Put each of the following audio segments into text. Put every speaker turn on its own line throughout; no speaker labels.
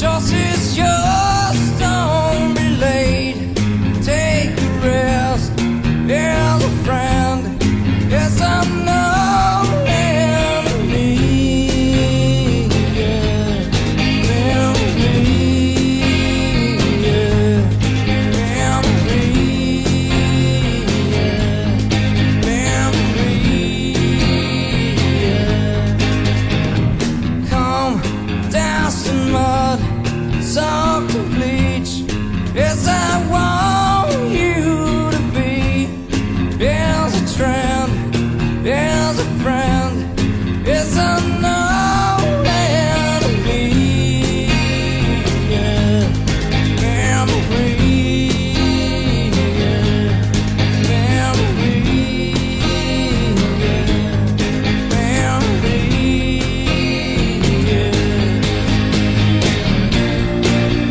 Tosses yours, don't be late. Take a rest. There's a friend. Yes, I know. Emily, yeah. Emily, yeah. Emily, yeah. Come dance in mud, soak to bleach. Yes, I want you to be. There's a trend, there's a friend. Yes, I know where to be. Yeah, memory. Yeah, memory. Yeah, memory.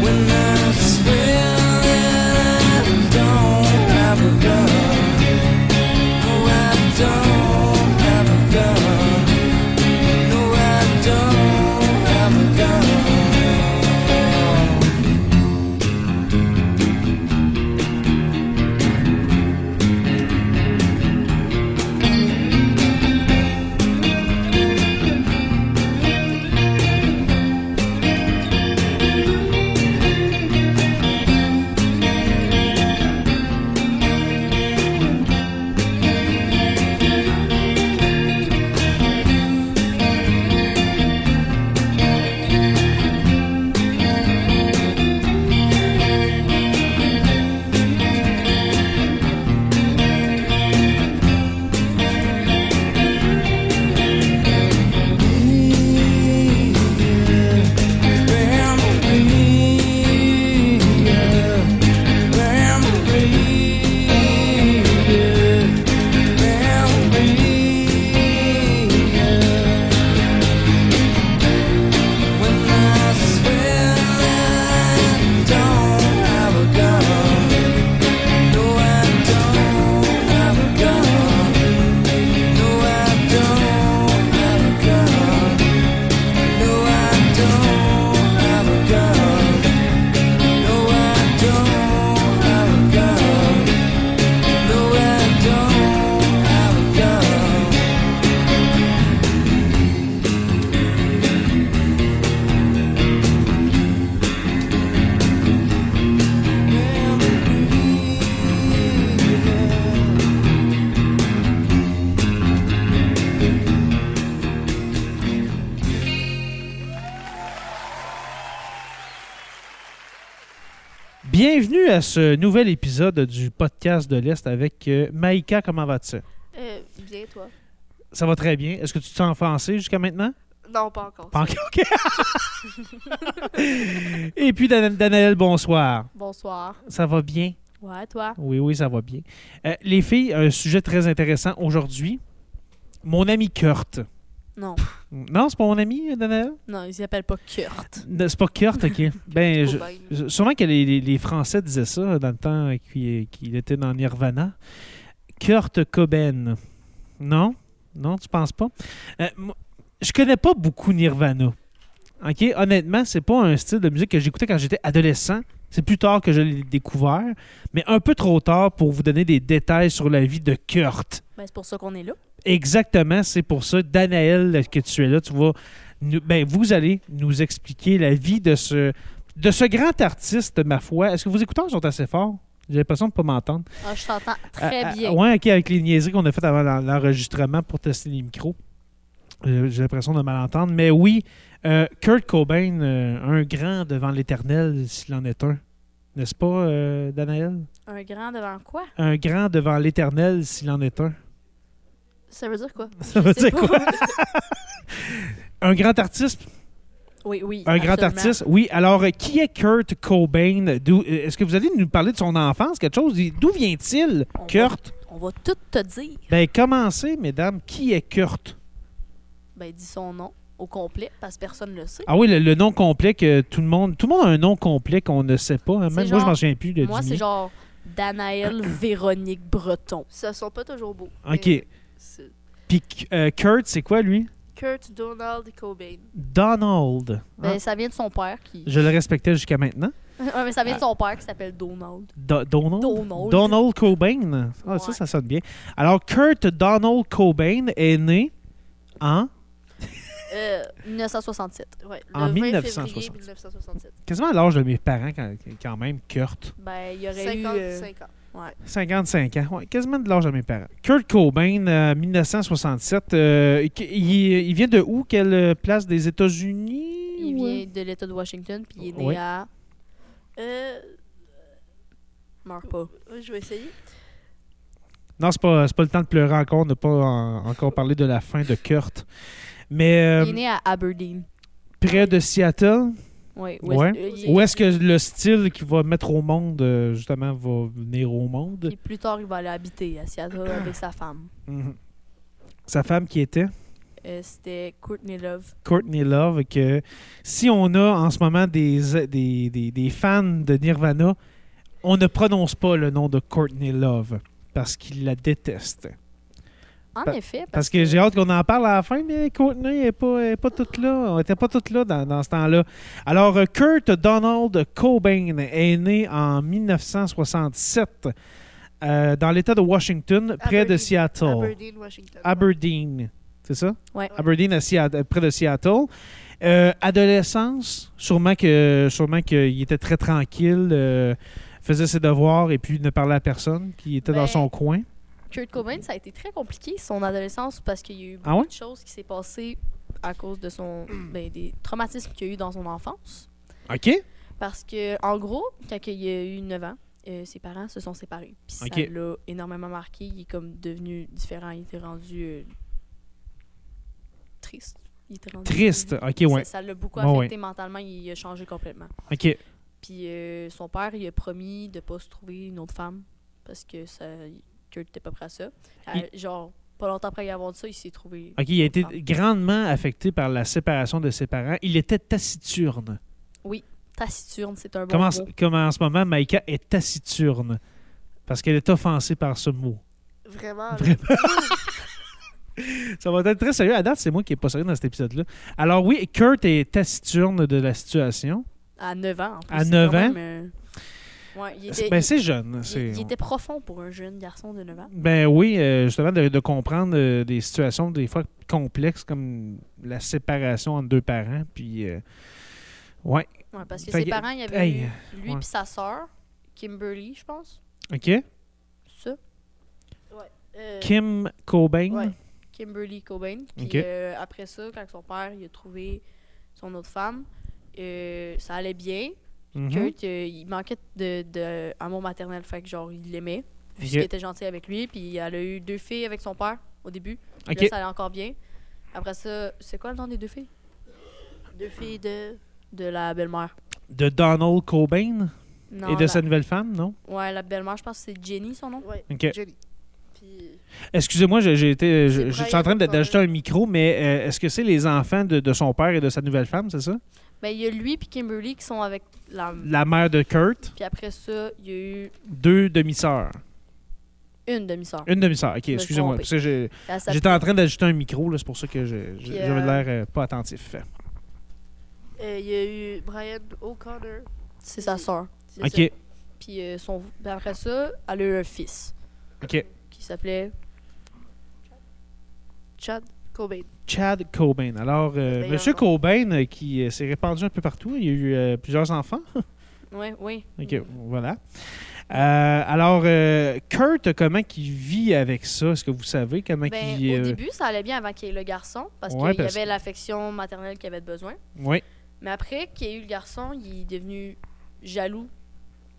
When I swear that I don't have a gun, no, I don't have a gun. No, I don't have a gun.
Bienvenue à ce nouvel épisode du podcast de l'Est avec euh, Maïka. Comment vas-tu?
Euh, bien, toi.
Ça va très bien. Est-ce que tu te sens offensé jusqu'à maintenant?
Non, pas encore.
Pas encore, OK. Et puis, Dan- Danaël, bonsoir.
Bonsoir.
Ça va bien?
Ouais, toi.
Oui, oui, ça va bien. Euh, les filles, un sujet très intéressant aujourd'hui. Mon ami Kurt.
Non.
Non, c'est pas mon ami, euh, Danaël?
Non, il s'appelle pas Kurt.
Non, C'est pas Kurt, OK. ben, je-
Cobain.
Sûrement que les, les- les Français disaient ça dans le temps qu'il qu'il était dans Nirvana. Kurt Cobain. Non? Non, tu penses pas? Euh, moi, je connais pas beaucoup Nirvana. OK? Honnêtement, c'est pas un style de musique que j'écoutais quand j'étais adolescent. C'est plus tard que je l'ai découvert, mais un peu trop tard pour vous donner des détails sur la vie de Kurt.
Ben, c'est pour ça qu'on est là.
Exactement, c'est pour ça, Danaël, que tu es là, tu vas nous- ben, vous allez nous expliquer la vie de ce, de ce grand artiste, ma foi. Est-ce que vos écouteurs sont assez forts? J'ai l'impression de ne pas m'entendre.
Ah, je t'entends très
Ah, ah,
bien.
ouais, ok, avec les niaiseries qu'on a faites avant l'en- l'enregistrement pour tester les micros. Euh, J'ai j'ai l'impression de mal entendre. Mais oui, euh, Kurt Cobain, euh, un grand devant l'éternel, s'il en est un. N'est-ce pas, euh, Danaël?
Un grand devant quoi?
Un grand devant l'éternel, s'il en est un.
Ça veut dire quoi?
Ça
Je
veut
sais
dire
pas.
quoi? Un grand artiste
Oui, oui.
Un grand
absolument.
artiste, oui. Alors, euh, qui est Kurt Cobain? D'où- euh, Est-ce que vous allez nous parler de son enfance, quelque chose? D'où vient-il,
On
Kurt?
On va tout te dire.
Ben, commencez, mesdames. Qui est Kurt?
Ben, dis son nom au complet parce que personne ne le sait.
Ah oui, le, le nom complet que tout le monde... Tout le monde a un nom complet qu'on ne sait pas. hein.
C'est
Même moi,
genre-
je m'en souviens plus. de-
Moi,
du
c'est
mien.
genre Danaël Véronique Breton. Ça sont pas toujours beaux.
OK. Puis euh, Kurt, c'est quoi, lui?
Kurt Donald Cobain.
Donald.
Ben,
hein?
ça vient de son père qui.
Je Ah. le respectais jusqu'à maintenant.
Ouais, mais ça vient de son père qui s'appelle Donald.
Do- Donald?
Donald.
Donald Cobain. Ah, ça,
Ouais.
ça sonne bien. Alors, Kurt Donald Cobain est né en
Euh, 1967. Ouais, le
En
20
1967.
février 1967.
quasiment à l'âge de mes parents, quand, quand même, Kurt.
Ben, il y aurait eu. euh,
55 ans.
55 ans. Ouais, quasiment de l'âge de mes parents. Kurt Cobain, euh, 1967. euh, qu- il, il vient de où? Quelle place des États-Unis?
il
ou, euh?
vient de l'État de Washington, puis il est né
Ouais.
à.
Euh,
Meurt pas.
je vais essayer.
Non, c'est pas, c'est pas le temps de pleurer encore. On n'a pas en- encore parlé de la fin de Kurt. Mais euh,
Il est né à Aberdeen.
près de Seattle,
Ouais, où est-ce-
ouais.
euh, il est-
où est-ce que le style qu'il va mettre au monde, euh, justement, va venir au monde?
puis plus tard, il va aller habiter à Seattle avec sa femme.
Mhm. Sa femme qui était
Euh, C'était Courtney Love.
Courtney Love, que si on a en ce moment des, des, des- des fans de Nirvana, on ne prononce pas le nom de Courtney Love parce qu'ils la détestent.
En
Pa-
effet,
Parce que j'ai hâte qu'on en parle à la fin, mais Courtney n'est pas, elle est pas toute là. On n'était pas toute là dans, dans ce temps-là. Alors, euh, Kurt Donald Cobain est né en 1967 euh, dans l'État de Washington, près de
Aberdeen.
Seattle.
Aberdeen, Washington.
Aberdeen, c'est ça?
Ouais.
Aberdeen, à Seat- euh, près de Seattle. Euh, adolescence, sûrement que sûrement qu'il était très tranquille, euh, faisait ses devoirs et puis ne parlait à personne, qui était dans
Ben,
son coin.
Kurt Cobain, ça a été très compliqué son adolescence parce qu'il y a eu beaucoup
Ah ouais?
de choses qui s'est passées à cause de son ben, des traumatismes qu'il y a eu dans son enfance.
OK?
Parce que en gros, quand il a eu 9 ans, euh, ses parents se sont séparés. Puis
Ok.
ça l'a énormément marqué. Il est comme devenu différent. Il était rendu euh, triste. Il était rendu
Triste. OK, ouais.
Ça- Ça l'a beaucoup
Ouais,
affecté mentalement. Il a changé complètement.
OK.
Puis euh, son père, il a promis de pas se trouver une autre femme parce que ça, Kurt n'était pas prêt à ça. Euh, Genre, pas longtemps après avoir dit ça, il s'est trouvé.
OK, il a été
Ah.
grandement affecté par la séparation de ses parents. Il était taciturne.
Taciturne, c'est un bon
Comme en,
mot.
comme en ce moment, Maïka est taciturne parce qu'elle est offensée par ce mot.
Vraiment. là.
Ça va être très sérieux. À date, c'est moi qui n'ai pas sérieux dans cet épisode-là. Alors oui, Kurt est taciturne de la situation.
À 9 ans, en plus.
À
c'est
9
quand
ans?
même, euh, ouais, il
C'est-
était,
Ben,
il-
c'est jeune.
il-
c'est-
il était profond pour un jeune garçon de 9 ans.
Ben oui, euh, justement, de, de comprendre euh, des situations des fois complexes comme la séparation entre deux parents. Puis, euh, ouais,
Ouais, parce que
Fait
ses
que-
parents, il y avait
hey,
eu lui
ouais.
et sa sœur, Kimberly, je pense.
OK.
Ça.
Euh,
Kim Cobain.
ouais.
Kimberly Cobain. Puis
Ok.
euh, après ça, quand son père il a trouvé son autre femme, euh, ça allait bien.
Mhm.
Kurt, euh, il manquait de, de amour maternel, fait que genre, il l'aimait, puisqu'il
Ok.
était gentil avec lui, puis elle a eu deux filles avec son père au début. Puis
OK.
Là, ça allait encore bien. Après ça, c'est quoi le nom des deux filles?
Deux filles de.
De la belle-mère.
De Donald Cobain
Non,
et de
la-
sa nouvelle femme, non?
Ouais, la belle-mère, je pense que c'est Jenny, son nom.
Ouais.
OK.
Johnny. Puis.
Excusez-moi, j'ai j'ai été.
C'est
je- Je suis en train de-
Brian
d'ajouter un micro, mais euh, est-ce que c'est les enfants de, de son père et de sa nouvelle femme, c'est ça?
Ben, il y a lui puis Kimberly qui sont avec la...
La mère de Kurt,
Puis après ça, il y a eu
deux demi-sœurs.
une demi-sœur.
Une demi-sœur, ok,
me
excusez-moi.
trompée.
parce que j'ai-
Elle s'appelle-
J'étais en train d'ajouter un micro, là, c'est pour ça que je- je-
Puis,
j'avais
euh,
l'air euh, pas attentif.
euh, Il y a eu Brian O'Connor.
C'est sa sœur.
C'est ça.
Ok,
Puis euh, son... ben, après ça, elle a eu un fils
ok.
qui s'appelait...
Chad Cobain.
Chad Cobain. Alors, euh,
meilleur
Monsieur
nom.
Cobain, euh, qui euh, s'est répandu un peu partout, il y a eu euh, plusieurs enfants.
Ouais, oui.
OK, voilà. Euh, alors, euh, Kurt, comment qu'il vit avec ça? Est-ce que vous savez comment
Ben,
qu'il...
Au
euh,
début, ça allait bien avant qu'il y ait le garçon, parce
Ouais,
qu'il y
parce
avait
que-
l'affection maternelle qu'il avait besoin.
Oui,
Mais après qu'il y ait eu le garçon, il est devenu jaloux.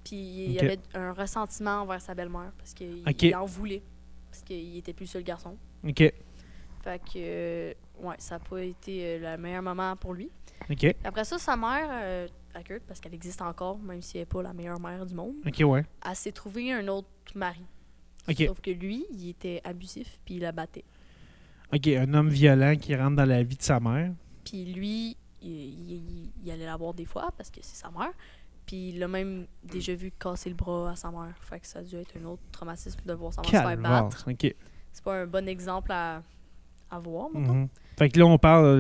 Puis il y
Ok.
avait un ressentiment envers sa belle-mère, parce qu'il
Ok.
en voulait. Parce qu'il était plus le seul garçon.
OK,
Fait que, euh, ouais, ça n'a pas été euh, le meilleur moment pour lui.
OK,
Après ça, sa mère, euh, à Kurt, parce qu'elle existe encore, même si elle n'est pas la meilleure mère du monde,
OK, ouais.
elle s'est trouvée un autre mari.
Ok.
Sauf que lui, il était abusif, puis il la battait.
OK, un homme violent qui rentre dans la vie de sa mère.
Puis lui, il, il- il allait la voir des fois parce que c'est sa mère. Puis il a même déjà vu casser le bras à sa mère. Fait que ça a dû être un autre traumatisme de voir sa mère se faire
Calvaire.
battre.
OK.
C'est pas un bon exemple à, à voir, maintenant.
Mhm. Fait que là, on parle.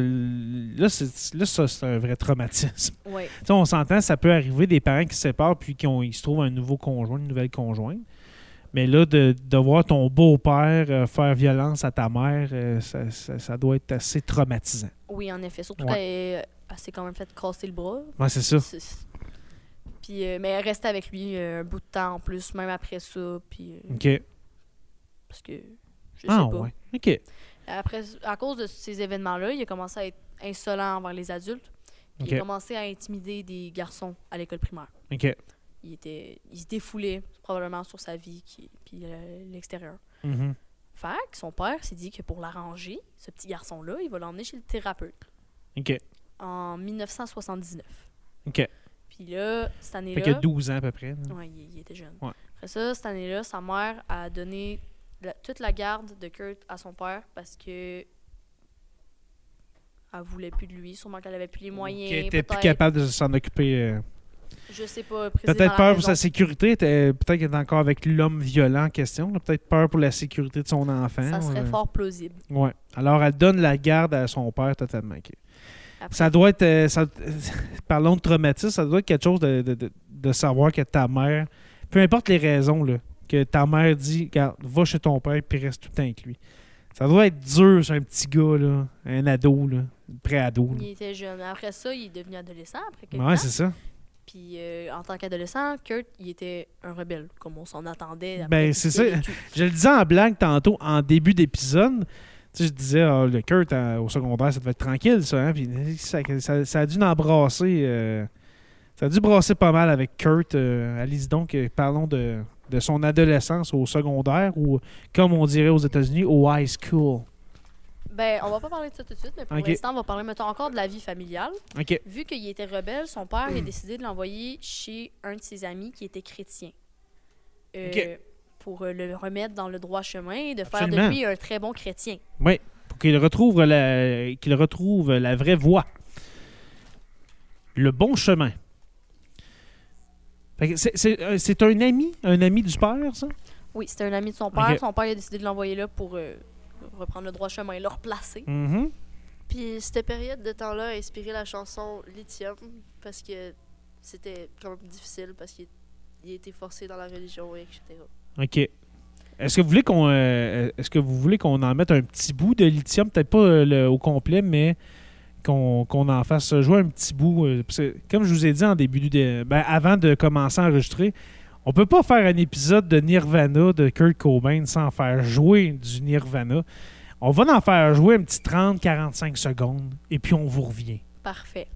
Là, c'est- là, ça, c'est un vrai traumatisme.
Ouais.
Tu sais, on s'entend, ça peut arriver des parents qui se séparent puis qui ont, ils se trouvent un nouveau conjoint, une nouvelle conjointe. Mais là, de, de voir ton beau-père euh, faire violence à ta mère, euh, ça, ça- ça doit être assez traumatisant.
Oui, en effet. Surtout
Ouais.
qu'elle elle s'est quand même fait casser le bras.
Ouais, c'est ça.
C'est- c'est- Puis, euh, mais elle reste avec lui euh, un bout de temps en plus, même après ça. Puis, euh,
OK.
parce que je sais
Ah,
pas.
ouais. OK.
Après, à cause de ces événements-là, il a commencé à être insolent envers les adultes. Puis il
Ok.
a commencé à intimider des garçons à l'école primaire.
OK.
Il, était, il se défoulait probablement sur sa vie qui, puis euh, l'extérieur.
Mhm.
Fait que son père s'est dit que pour l'arranger, ce petit garçon-là, il va l'emmener chez le thérapeute
OK.
en 1979.
OK. Fait
Puis là, cette
qu'il y a
année-là.
12 ans à peu près. là.
Ouais, il, il était jeune.
Ouais.
Après ça, cette année-là, sa mère a donné la- toute la garde de Kurt à son père parce que elle voulait plus de lui, sûrement qu'elle avait plus les moyens.
Qui était plus
peut-être.
capable de s'en occuper. euh.
Je sais pas.
T'as
précisément
peut-être
la
peur pour sa
raison.
sécurité. t'es- Peut-être qu'elle est encore avec l'homme violent en question. là. Peut-être peur pour la sécurité de son enfant.
Ça serait
euh.
fort plausible.
Ouais. Alors, elle donne la garde à son père totalement. ok.
Après-
Ça doit être. euh, ça- parlons de traumatisme, ça doit être quelque chose de, de- de- de savoir que ta mère. Peu importe les raisons, là, que ta mère dit Garde, va chez ton père puis reste tout le temps avec lui. Ça doit être dur sur un petit gars, là, un ado, là, pré-ado. là.
Il était jeune. Après ça, il est devenu adolescent. Après quelques
Ouais,
temps.
c'est ça.
Puis euh, en tant qu'adolescent, Kurt, il était un rebelle, comme on s'en attendait. après
Ben,
tout
c'est
ce qu'il a
ça.
vécu.
Je le disais en blague tantôt, en début d'épisode. Tu sais, je disais, Ah, le Kurt euh, au secondaire, ça devait être tranquille, ça. hein? Puis, euh, ça, ça- ça a dû embrasser. euh, ça a dû brasser pas mal avec Kurt. Euh, Allez-y donc, euh, parlons de, de son adolescence au secondaire ou, comme on dirait aux États-Unis, au high school.
Ben, on va pas parler de ça tout de suite, mais pour
Ok.
l'instant, on va parler mettons, encore de la vie familiale.
OK.
Vu qu'il était rebelle, son père a décidé de l'envoyer chez un de ses amis qui était chrétien. Euh,
Ok.
Pour euh, le remettre dans le droit chemin et de faire
Absolument.
de lui un très bon chrétien.
Oui, pour qu'il retrouve la, qu'il retrouve la vraie voie. Le bon chemin. Fait que c'est- C'est euh, c'est un ami, un ami du père, ça?
Oui, c'était un ami de son père.
Ok.
Son père il a décidé de l'envoyer là pour euh, reprendre le droit chemin et le replacer.
Mhm.
Puis cette période de temps-là a inspiré la chanson Lithium parce que c'était quand même difficile parce qu'il il a été forcé dans la religion, etc.
OK. Est-ce que vous voulez qu'on euh, est-ce que vous voulez qu'on en mette un petit bout de lithium, peut-être pas euh, le- au complet, mais qu'on qu'on en fasse jouer un petit bout. euh, parce que, comme je vous ai dit en début de, ben, avant de commencer à enregistrer, on peut pas faire un épisode de Nirvana de Kurt Cobain sans faire jouer du Nirvana. On va en faire jouer un petit 30-45 secondes et puis on vous revient.
Parfait.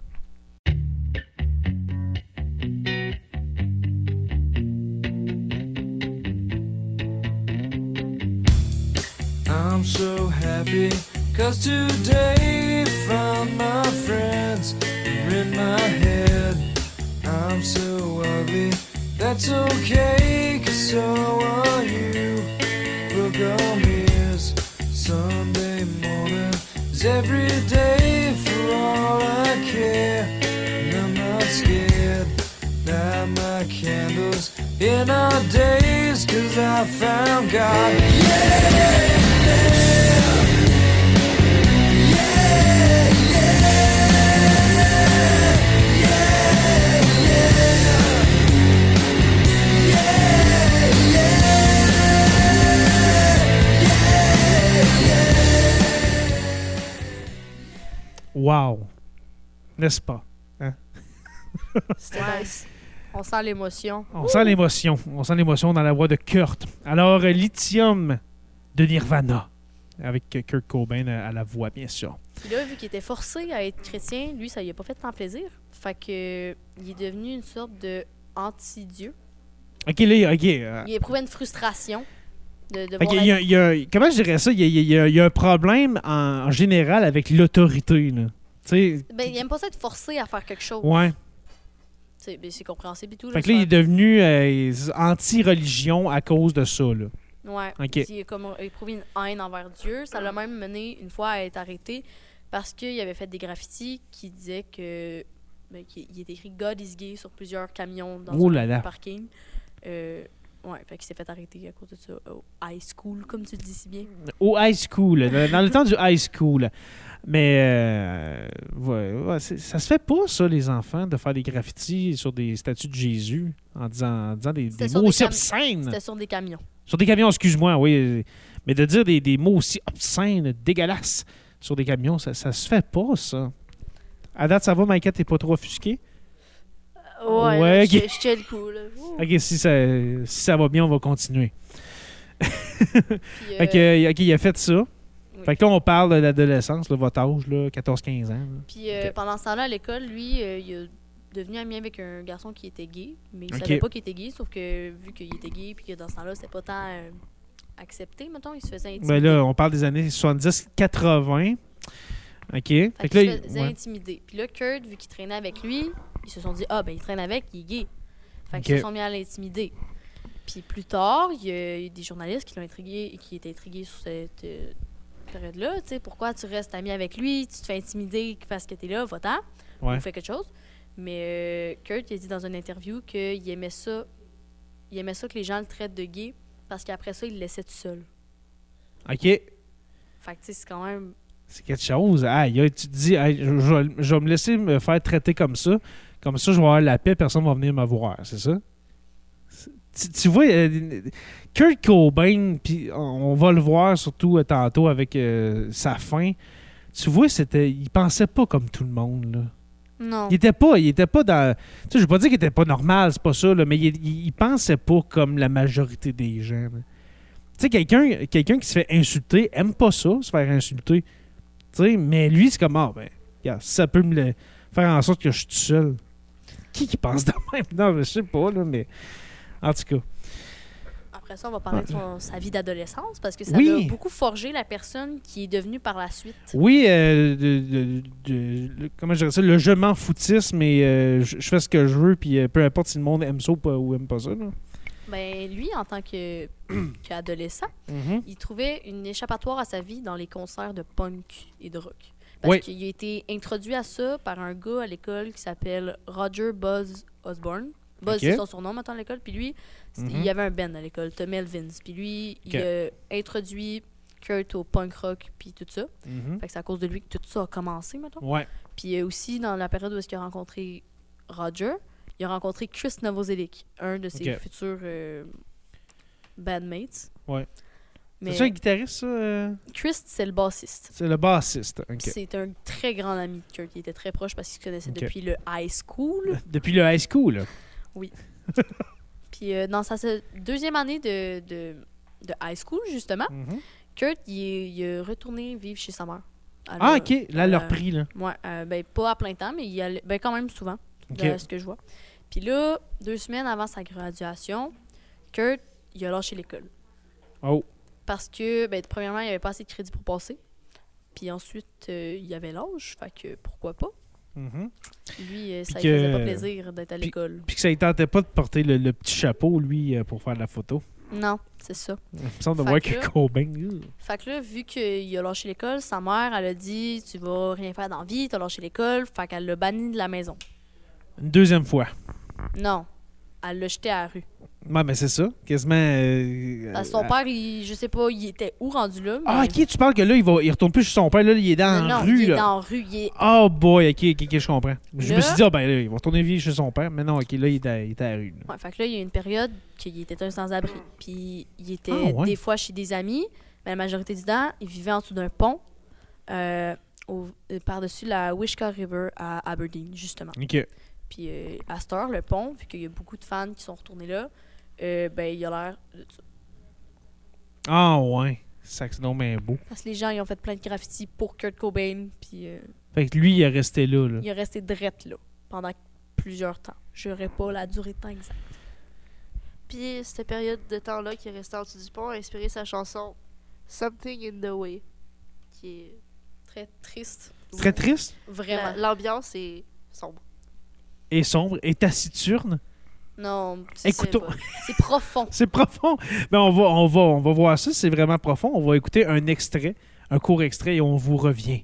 I'm so happy cause today found my friends are in my head. I'm so ugly, that's okay cause so are you. Book on ears, Sunday morning is every day for all I care. And I'm not scared, light my candles in our days cause I found God.
Wow! N'est-ce pas?
C'était
Ouais.
nice.
On sent l'émotion.
On sent l'émotion. On sent l'émotion dans la voix de Kurt. Alors, euh, Lithium de Nirvana. Avec euh, Kurt Cobain euh, à la voix, bien sûr.
Puis là, vu qu'il était forcé à être chrétien, lui, ça lui a pas fait tant plaisir. Fait que euh, il est devenu une sorte de anti-dieu.
OK, là, OK. euh,
Il éprouvait une frustration de, de
fait
voir
qu'il
la-
y a- il y a- comment je dirais ça? Il y a, il y a- il y a un problème en, en général avec l'autorité. là. Tu sais,
Ben, il aime pas ça être forcé à faire quelque chose.
ouais.
C'est ben, c'est compréhensible et tout.
Fait
là,
que là, il est
ça.
devenu euh, anti-religion à cause de ça. Là.
Ouais.
Ok.
Puis il a comme éprouvé une haine envers Dieu. Ça l'a même mené une fois à être arrêté parce qu'il avait fait des graffitis qui disaient que. Ben, qu'il- il est écrit God is gay sur plusieurs camions dans
Oh
un
là là.
parking. Euh, Ouais, fait qu'il s'est fait arrêter à cause de ça au high school, comme tu le dis si bien.
Au high school, dans dans le temps du high school. Mais euh, ouais, ouais, c'est- ça se fait pas, ça, les enfants, de faire des graffitis sur des statues de Jésus en disant, en disant des,
C'était
des
sur
mots
des
aussi
cam-
obscènes.
C'était sur des camions.
Sur des camions, excuse-moi, oui. Mais de dire des, des mots aussi obscènes, dégueulasses sur des camions, ça, ça se fait pas, ça. À date, ça va, Maïka, t'es pas trop offusqué?
Ouais,
Ouais,
ouais
ok.
je je tiens le coup, là. Ouh.
Ok, si ça, si ça va bien, on va continuer.
Puis, euh,
Fait que, euh, ok, il a fait ça.
Oui.
Fait que là, on parle de l'adolescence, là, votre âge, là, 14-15 ans. là.
puis, euh,
Euh, pendant ce temps-là, à l'école, lui, euh, il est devenu ami avec un garçon qui était gay, mais il
Ok.
savait pas qu'il était gay, sauf que vu qu'il était gay, puis que dans ce temps-là, c'était pas tant euh, accepté, mettons, il se faisait intimider.
Ben là, on parle des années 70-80. OK. Fait
Fait
que là,
qu'il se
il-
faisait
ouais.
intimider. Puis là, Kurt, vu qu'il traînait avec lui, ils se sont dit Ah, ben il traîne avec, il est gay. Fait qu'ils
Ok.
se sont mis à l'intimider. Puis plus tard, il y a eu des journalistes qui l'ont intrigué, qui étaient intrigués sur cette euh, période-là. Tu sais, pourquoi tu restes ami avec lui Tu te fais intimider parce que t'es là, va-t'en.
Ouais.
Ou fais quelque chose. Mais euh, Kurt, il a dit dans une interview qu'il aimait ça. Il aimait ça que les gens le traitent de gay parce qu'après ça, il le laissait tout seul.
OK.
Fait que, tu sais, c'est quand même.
C'est quelque chose. Aïe, aïe, tu te dis, aïe, je, je vais- je vais me laisser me faire traiter comme ça. Comme ça, je vais avoir la paix, personne va venir me voir. C'est ça? C'est- Tu, tu vois, euh, Kurt Cobain, puis on on va le voir surtout euh, tantôt avec euh, sa fin. Tu vois, c'était, il pensait pas comme tout le monde. Là.
Non.
Il était pas, il était pas dans. Tu sais, je veux pas dire qu'il était pas normal, c'est pas ça, là, mais il, il- il pensait pas comme la majorité des gens. là. Tu sais, quelqu'un quelqu'un qui se fait insulter aime pas ça, se faire insulter. Tu sais, mais lui, c'est comme, ah, ben, regarde, ça peut me le- faire en sorte que je suis tout seul. Qui qui pense de même? Non, mais je sais pas, là, mais. En tout cas.
Après ça, on va parler de son- sa vie d'adolescence parce que ça
Oui.
a beaucoup forgé la personne qui est devenue par la suite.
Oui, euh, de- de- de- le- comment je dirais ça? Le je m'en foutisme et euh, je je fais ce que je veux, puis euh, peu importe si le monde aime ça ou, pas, ou aime pas ça. là.
Ben, lui, en tant que- qu'adolescent, il trouvait une échappatoire à sa vie dans les concerts de punk et de rock. Parce
Oui.
qu'il a été introduit à ça par un gars à l'école qui s'appelle Roger Buzz Osborne. Buzz,
Ok.
c'est son surnom maintenant à l'école. Puis lui, c'est-
Mhm.
il y avait un band à l'école, Tom Elvins. Puis lui,
Ok.
il a introduit Kurt au punk rock, puis tout ça.
Mhm.
Fait que c'est à cause de lui que tout ça a commencé, maintenant.
Ouais.
Puis euh, aussi, dans la période où est-ce qu'il a rencontré Roger, il a rencontré Chris Novoselic, un de ses
Ok.
futurs euh, bandmates.
Ouais.
Mais
C'est ça un guitariste, ça? euh?
Chris, c'est le bassiste.
C'est le bassiste. ok.
Puis C'est un très grand ami de Kurt. Il était très proche parce qu'il se connaissait
Ok. Euh.
depuis le high school.
Depuis le high school. là.
Puis euh, dans sa se- deuxième année de, de, de high school, justement,
Mm-hmm.
Kurt, il est, il est retourné vivre chez sa mère. Elle
Ah,
a-
OK. Là,
elle
leur
a-
prix, là.
Ouais, euh, ben, pas à plein temps, mais il y allait- ben, quand même souvent.
OK.
de ce que je vois. Puis là, deux semaines avant sa graduation, Kurt, il a lâché l'école.
Oh.
Parce que, ben, premièrement, il avait pas assez de crédit pour passer. Puis ensuite, euh, il avait l'âge, fait que pourquoi pas.
Mhm.
Lui, euh, ça
Puis
lui faisait
que-
pas plaisir d'être à
puis-
l'école.
Puis que ça ne tentait pas de porter le, le petit chapeau, lui, euh, pour faire de la photo.
Non, c'est ça.
Il me semble de
Fait
voir
que
que
là-
Cobain... euh,
Fait que là, vu qu'il a lâché l'école, sa mère, elle a dit Tu vas rien faire dans la vie, t'as lâché l'école, fait qu'elle l'a banni de la maison.
Une deuxième fois.
Non, elle l'a jeté à la rue.
Ouais, mais c'est ça. Quasiment... euh,
Parce que Ah, son
euh,
père, il, je sais pas, il était où rendu là.
Ah,
mais-
OK. Tu parles que là, il, va... il retourne plus chez son père. Là, il est dans
Non,
la
non,
rue,
il est
là.
dans la rue, il est
Oh boy, ok, ok, ok, je comprends. Je me
Là-
suis dit, ah ben là, il va retourner vivre chez son père, mais non, ok, là, il est à, il est à la rue. là.
Ouais, fait que là, il y a une période qu'il était un sans-abri. Puis il était
Ah, ouais.
des fois chez des amis, mais la majorité du temps, il vivait en dessous d'un pont euh, au- euh, par-dessus la Wishkah River à Aberdeen, justement.
Ok.
Puis euh, à cette heure, le pont, vu qu'il y a beaucoup de fans qui sont retournés là, euh, ben il a l'air de ça.
Ah ouais, ça c'est donc bien beau.
Parce que les gens, ils ont fait plein de graffitis pour Kurt Cobain, puis euh,
Fait que lui, il est resté là, là.
il est resté drette là pendant plusieurs temps. Je n'aurais pas la durée de temps exacte.
Puis cette période de temps-là qui est restée en dessous du pont a inspiré sa chanson Something in the Way, qui est
Très triste.
Très triste.
Vraiment.
La- L'ambiance est sombre.
est sombre et taciturne.
Non, c'est c'est
Écoutons.
pas- c'est profond.
C'est profond. Mais on va, on va, on va voir ça. C'est vraiment profond. On va écouter un extrait, un court extrait, et on vous revient.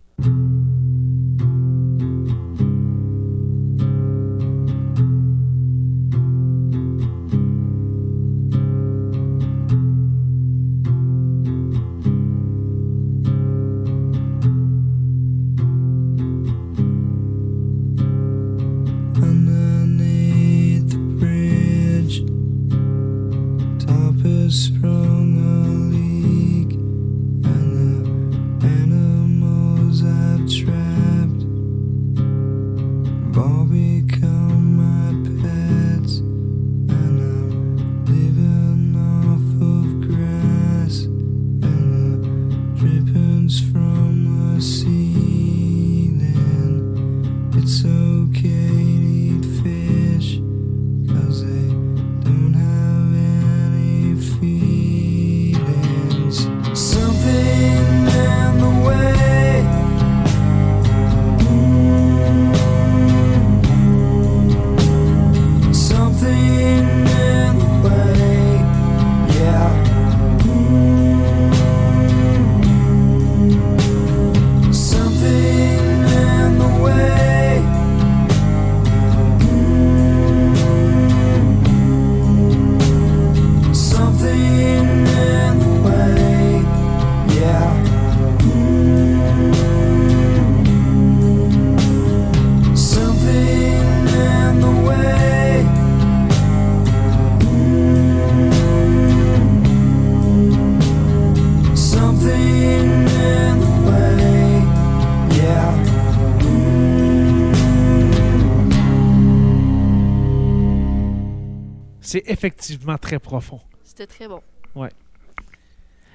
C'est effectivement très profond.
C'était très bon.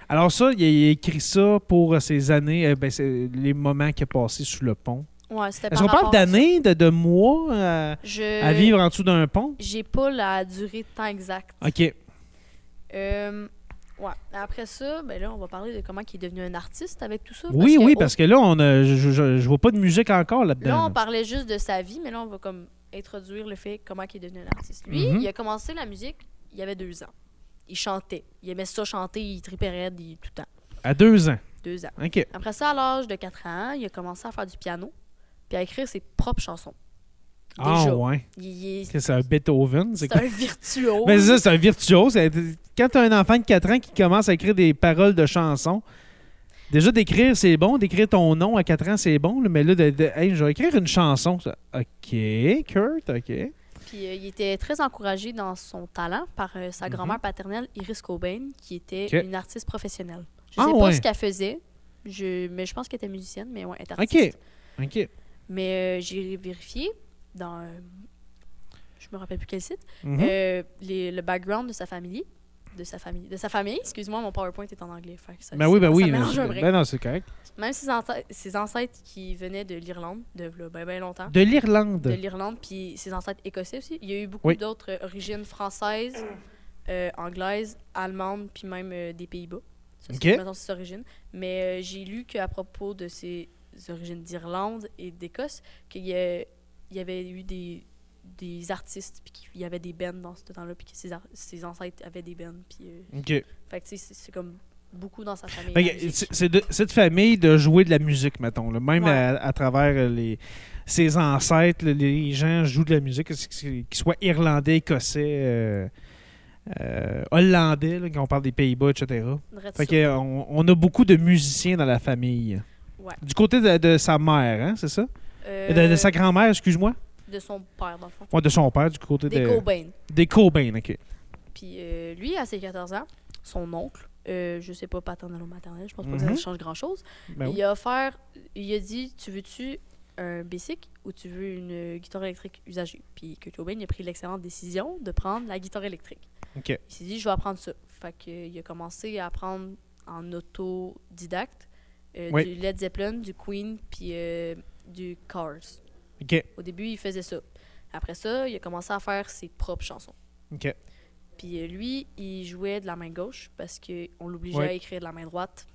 Alors ça, il a, il a écrit ça pour euh, ses années, euh, ben, c'est les moments qu'il a passés sous le pont.
Ouais, c'était
Est-ce
par
qu'on parle
rapport à ça.
d'années, de, de mois euh,
Je...
à vivre en dessous d'un pont?
J'ai pas la durée de temps exacte.
OK.
Euh, ouais. Après ça, ben là, on va parler de comment il est devenu un artiste avec tout ça.
Oui, oui,
au-
parce Ben. que là, on a, je, je- je vois pas de musique encore
Là,
là-dedans.
on parlait juste de sa vie, mais là, on va comme introduire le fait comment il est devenu un artiste. Lui,
Mhm.
il a commencé la musique, il avait deux ans. Il chantait. Il aimait ça chanter, il tripait raide, il- tout le temps.
À deux ans.
Deux ans.
OK.
Après ça, à l'âge de 4 ans, il a commencé à faire du piano, puis à écrire ses propres chansons.
Ah
Déjà.
ouais.
Il, il est,
Que C'est un Beethoven. C'est
c'est
quoi?
un virtuose.
Mais Ben, c'est ça, c'est un virtuose. C'est- Quand tu as un enfant de 4 ans qui commence à écrire des paroles de chansons, déjà d'écrire, c'est bon. D'écrire ton nom à 4 ans, c'est bon. là, Mais là, de, de- Hey, je vais écrire une chanson. Ça, OK, Kurt, OK.
Puis euh, il était très encouragé dans son talent par euh, sa grand-mère paternelle, Iris Cobain, qui était
Mhm. Ok.
une artiste professionnelle. Je
Ah,
sais pas
ouais.
ce qu'elle faisait, je... mais je pense qu'elle était musicienne, mais ouais, elle était
Ok.
artiste.
OK.
Mais euh, j'ai vérifié dans. euh, je me rappelle plus quel site.
Mhm.
euh, les- le background de sa famille. De sa famille. De sa famille, excuse-moi, mon PowerPoint est en anglais. fait que ça-
Ben oui,
ça-
ben oui.
ça
mais-
mélange un break.
ben non, c'est correct.
Même ses, ante- ses ancêtres qui venaient de l'Irlande, de là, ben, ben longtemps,
De
de
l'Irlande.
l'Irlande, puis ses ancêtres écossais aussi. Il y a eu beaucoup
Oui.
d'autres euh, origines françaises, euh, anglaises, allemandes, puis même euh, des Pays-Bas. Ça, c'est,
Ok.
mettons, ses origines. Mais euh, j'ai lu qu'à propos de ses origines d'Irlande et d'Écosse, qu'il y, a- il y avait eu des, des artistes, puis qu'il y avait des bennes dans ce temps-là, puis que ses, ar- ses ancêtres avaient des bennes. Puis, euh,
OK.
fait que, tu sais, c'est, c'est comme beaucoup dans sa famille.
Fait
la
que
musique.
c'est- C'est de cette famille de jouer de la musique, mettons. là. Même
Ouais.
à, à travers euh, les, ses ancêtres, là, les gens jouent de la musique, que c'est- que c'est- qu'ils soient irlandais, écossais, euh, euh, hollandais, là, quand on parle des Pays-Bas, etc.
Drette
Fait
ça.
que, euh, on, on a beaucoup de musiciens dans la famille.
Ouais.
Du côté de, de sa mère, hein, c'est ça?
Euh,
De- De, sa grand-mère, excuse-moi.
de son père, dans le fond.
Ouais, de son père, du côté
Des
de-
Cobain.
des Cobain. OK.
Puis euh, lui, à ses 14 ans, son oncle, euh, je sais pas paternel ou maternel, je pense pas
Mhm.
que ça change grand-chose,
Ben oui.
il a offert, il a dit « Tu veux-tu un bicycle ou tu veux une euh, guitare électrique usagée? » Puis Kurt Cobain il a pris l'excellente décision de prendre la guitare électrique.
OK.
Il s'est dit « Je vais apprendre ça. » Fait qu'il a commencé à apprendre en autodidacte euh,
Oui.
du Led Zeppelin, du Queen, puis euh, du Cars.
OK.
Au début, il faisait ça. Après ça, il a commencé à faire ses propres chansons.
OK.
Puis euh, lui, il jouait de la main gauche parce qu'on l'obligeait
Ouais.
à écrire de la main droite.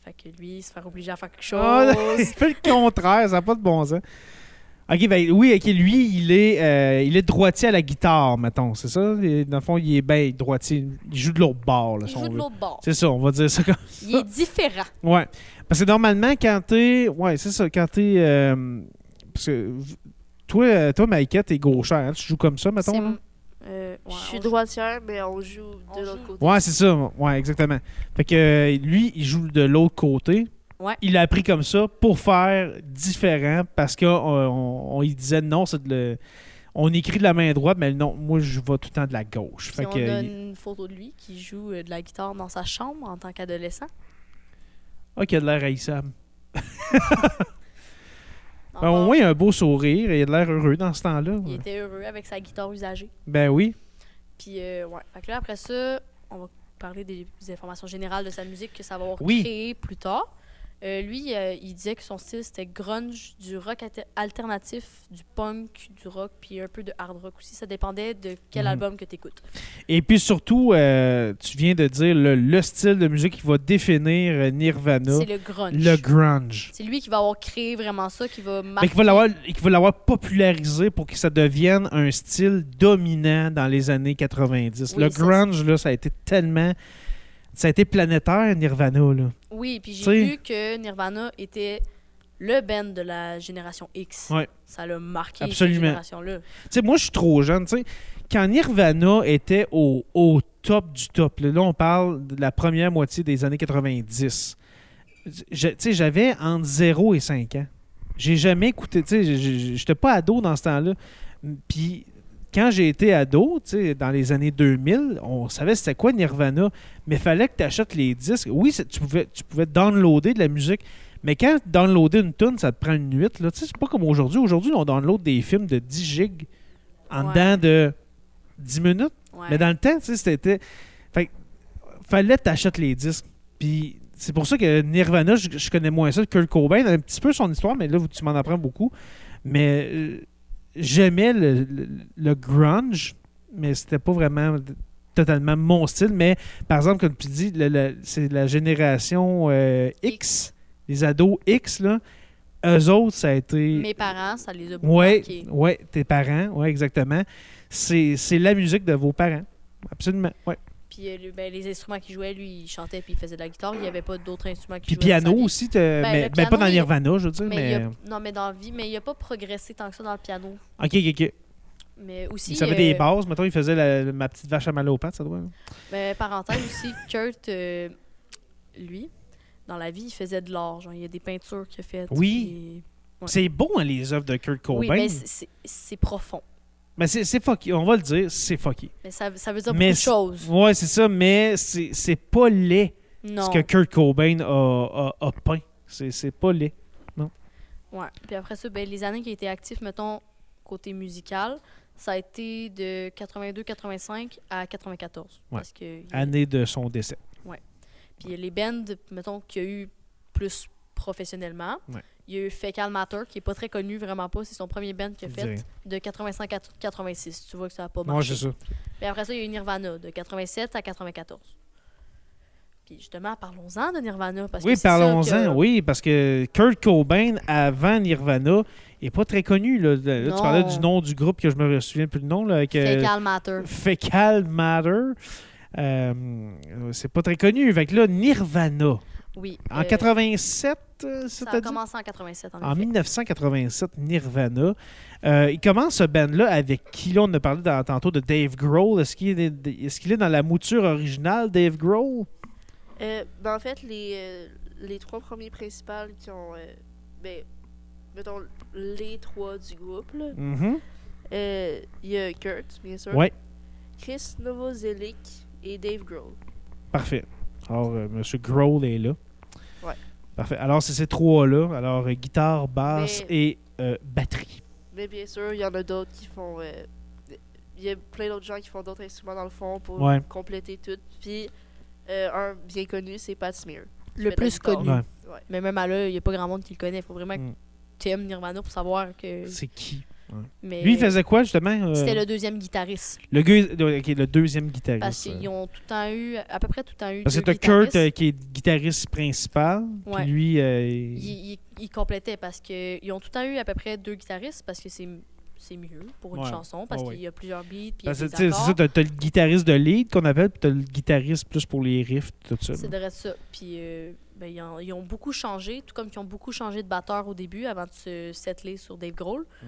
Fait que lui, il se faire obliger à faire quelque chose.
Ah, il fait le contraire, ça n'a pas de bon sens. Ok, ben oui, ok, lui, il est, euh, il est droitier à la guitare, mettons, c'est ça? Et Dans le fond, il est bien droitier, il joue de l'autre bord, là,
il
si on
joue de
veut.
l'autre bord.
C'est ça, on va dire ça comme
Il est différent.
Ouais. Parce que normalement, quand t'es. Ouais, c'est ça. Quand t'es. euh, parce que. v- Toi, euh, toi Maïka, t'es gauchère. hein, Tu joues comme ça, mettons.
C'est-
là?
euh, ouais,
je suis
on-
droitière, mais on joue
On
de
joue.
l'autre côté.
Ouais, c'est ça. Ouais, exactement. Fait que euh, lui, il joue de l'autre côté.
Ouais.
Il a appris comme ça pour faire différent parce qu'on on, on lui disait non, c'est de le. On écrit de la main droite, mais non, moi je vais tout le temps de la gauche.
Puis
Fait
on
que,
a
il-
une photo de lui qui joue euh, de la guitare dans sa chambre en tant qu'adolescent.
Ah, qu'il a de l'air haïssable. Ben,
Encore,
au moins, il a un beau sourire et il a de l'air heureux dans ce temps-là.
Il était heureux avec sa guitare usagée.
Ben oui.
Puis, euh, ouais. Fait que là, après ça, on va parler des, des informations générales de sa musique que ça va avoir
Oui.
créé plus tard. Euh, lui, euh, il disait que son style, c'était grunge, du rock alter- alternatif, du punk, du rock, puis un peu de hard rock aussi. Ça dépendait de quel
Mhm.
album que tu écoutes.
Et puis surtout, euh, tu viens de dire le, le style de musique qui va définir euh, Nirvana,
C'est le grunge.
le grunge.
C'est lui qui va avoir créé vraiment ça, qui va
Mais
marquer...
qui va l'avoir et qui va l'avoir popularisé pour que ça devienne un style dominant dans les années 90.
Oui,
le
ça,
grunge, là, ça a été tellement... Ça a été planétaire, Nirvana, là.
Oui, puis j'ai
T'sais.
vu que Nirvana était le band de la génération X.
Ouais.
Ça l'a marqué,
Absolument.
cette génération-là.
Tu sais, moi, je suis trop jeune, tu sais. Quand Nirvana était au, au top du top, là, là, on parle de la première moitié des années 90. Je- Tu sais, j'avais entre 0 et 5 ans. J'ai jamais écouté, tu sais, j- j- j'étais pas ado dans ce temps-là. Puis quand j'ai été ado, tu sais, dans les années 2000, on savait c'était quoi Nirvana, mais fallait que tu achètes les disques. Oui, c'est- tu pouvais, tu pouvais downloader de la musique, mais quand downloader une tune, ça te prend une nuit. Là. Tu sais, C'est pas comme aujourd'hui. Aujourd'hui, on download des films de 10 gigs en
Ouais.
dedans de 10 minutes.
Ouais.
Mais dans le temps, tu sais, c'était. Fait que, fallait que t'achètes les disques. Puis c'est pour ça que Nirvana, je, je connais moins ça. Kurt Cobain, un petit peu son histoire, mais là, tu m'en apprends beaucoup. Mais euh, j'aimais le, le- le grunge, mais c'était pas vraiment d- totalement mon style. Mais par exemple, comme tu dis, le- le- c'est la génération euh, X, les ados X, là. Eux autres, ça a été.
Mes parents, ça les a beaucoup
Ouais,
marqués.
ouais, tes parents, ouais, exactement. C'est c'est la musique de vos parents. Absolument, ouais.
Puis euh, le- ben, les instruments qu'il jouait, lui, il chantait puis il faisait de la guitare. Il n'y avait pas d'autres instruments qu'il
Puis
jouait.
piano
Ça,
aussi, t'as-
Ben,
mais,
le
mais pas
piano,
dans
il-
Nirvana, je veux dire,
Mais,
mais... euh,
il a- non, mais dans la vie, mais il n'a pas progressé tant que ça dans le piano.
OK, OK, OK.
Mais aussi.
Il savait des
euh,
bases. Mettons, il faisait la- la- ma petite vache à mal aux pattes, ça doit... hein?
Mais ben, parenthèse aussi, Kurt, euh, lui, dans la vie, il faisait de l'art. Genre, il y a des peintures qu'il a faites.
Oui.
Ouais.
C'est bon, hein, les œuvres de Kurt
puis-
Cobain.
Oui, mais c'est- c'est c'est profond.
mais c'est c'est fucky, on va le dire, c'est fucky.
Mais ça, ça veut dire
Mais
beaucoup de
c'est-
choses.
Ouais, c'est ça, mais c'est c'est pas laid
Non.
ce que Kurt Cobain a, a, a peint. C'est c'est pas laid.
Ouais. Puis après ça, ben, les années qui a été actif, mettons, côté musical, ça a été de 82-85 à 94.
Ouais.
Parce que
Année de son décès.
puis les bands, mettons, qu'il y a eu plus professionnellement.
Ouais.
Il y a eu Fecal Matter, qui est pas très connu, vraiment pas. C'est son premier band qu'il a
Je
fait,
dirais.
de 85 à 86. Tu vois que ça a pas
Ouais,
marché.
c'est ça.
Puis après ça, il y a eu Nirvana, de 87 à 94. Puis justement, parlons-en de Nirvana. Parce
Oui,
que c'est ça que-
parlons-en, oui, parce que Kurt Cobain, avant Nirvana, n'est pas très connu. Là. Là,
Non.
tu parlais du nom du groupe que je me souviens plus du nom. Là, avec, euh,
Fecal Matter.
Fecal Matter. Euh, c'est pas très connu. Fait que là, Nirvana.
Oui.
En
euh,
87, euh,
Ça
c'est-à-dire?
a commencé en 87, en,
En
effet.
1987, Nirvana. Euh, il commence ce band-là avec qui l'on a parlé dans- tantôt de Dave Grohl. Est-ce qu'il est, est-ce qu'il est dans la mouture originale, Dave Grohl?
Euh, ben, en fait, les, euh, les trois premiers principales qui ont. euh, ben, mettons, les trois du groupe, là.
Mhm.
Euh, Il y a Kurt, bien sûr.
Ouais.
Chris Novoselic et Dave Grohl.
Parfait. Alors, euh, M. Grohl est là.
Ouais.
Parfait. Alors, c'est ces trois-là. Alors, euh, guitare, basse
Mais-
et euh, batterie.
Mais bien sûr, il y en a d'autres qui font. euh, Il y a plein d'autres gens qui font d'autres instruments dans le fond pour
Ouais.
compléter tout. Puis, euh, un bien connu, c'est Pat Smear.
Le
Fait
plus
la guitare.
connu.
Ouais.
Mais même à là, il n'y a pas grand monde qui le connaît. Il faut vraiment
Mm.
que tu aimes Nirvana pour savoir que.
C'est qui?
Mais
Lui, il faisait quoi, justement? euh,
C'était le deuxième guitariste.
le gui- le- ok, le deuxième guitariste.
Parce qu'ils ont tout le temps eu, à peu près tout le temps eu.
euh, Parce que
deux
t'as Kurt
guitaristes.
euh, qui est guitariste principal. puis
Ouais.
lui, euh, il-
Ils, ils- ils complétaient parce qu'ils ont tout le temps eu à peu près deux guitaristes parce que c'est c'est mieux pour une
Ouais.
chanson parce
Ah ouais.
qu'il y a plusieurs beats puis il y a
Parce que,
des
tu sais, c'est
accords.
ça, t'as t'as le guitariste de lead qu'on appelle, puis t'as le guitariste plus pour les riffs, tout ça.
C'est de ça. Puis euh, ben, ils, ont, ils ont beaucoup changé, tout comme ils ont beaucoup changé de batteur au début avant de se settler sur Dave Grohl.
Mm-hmm.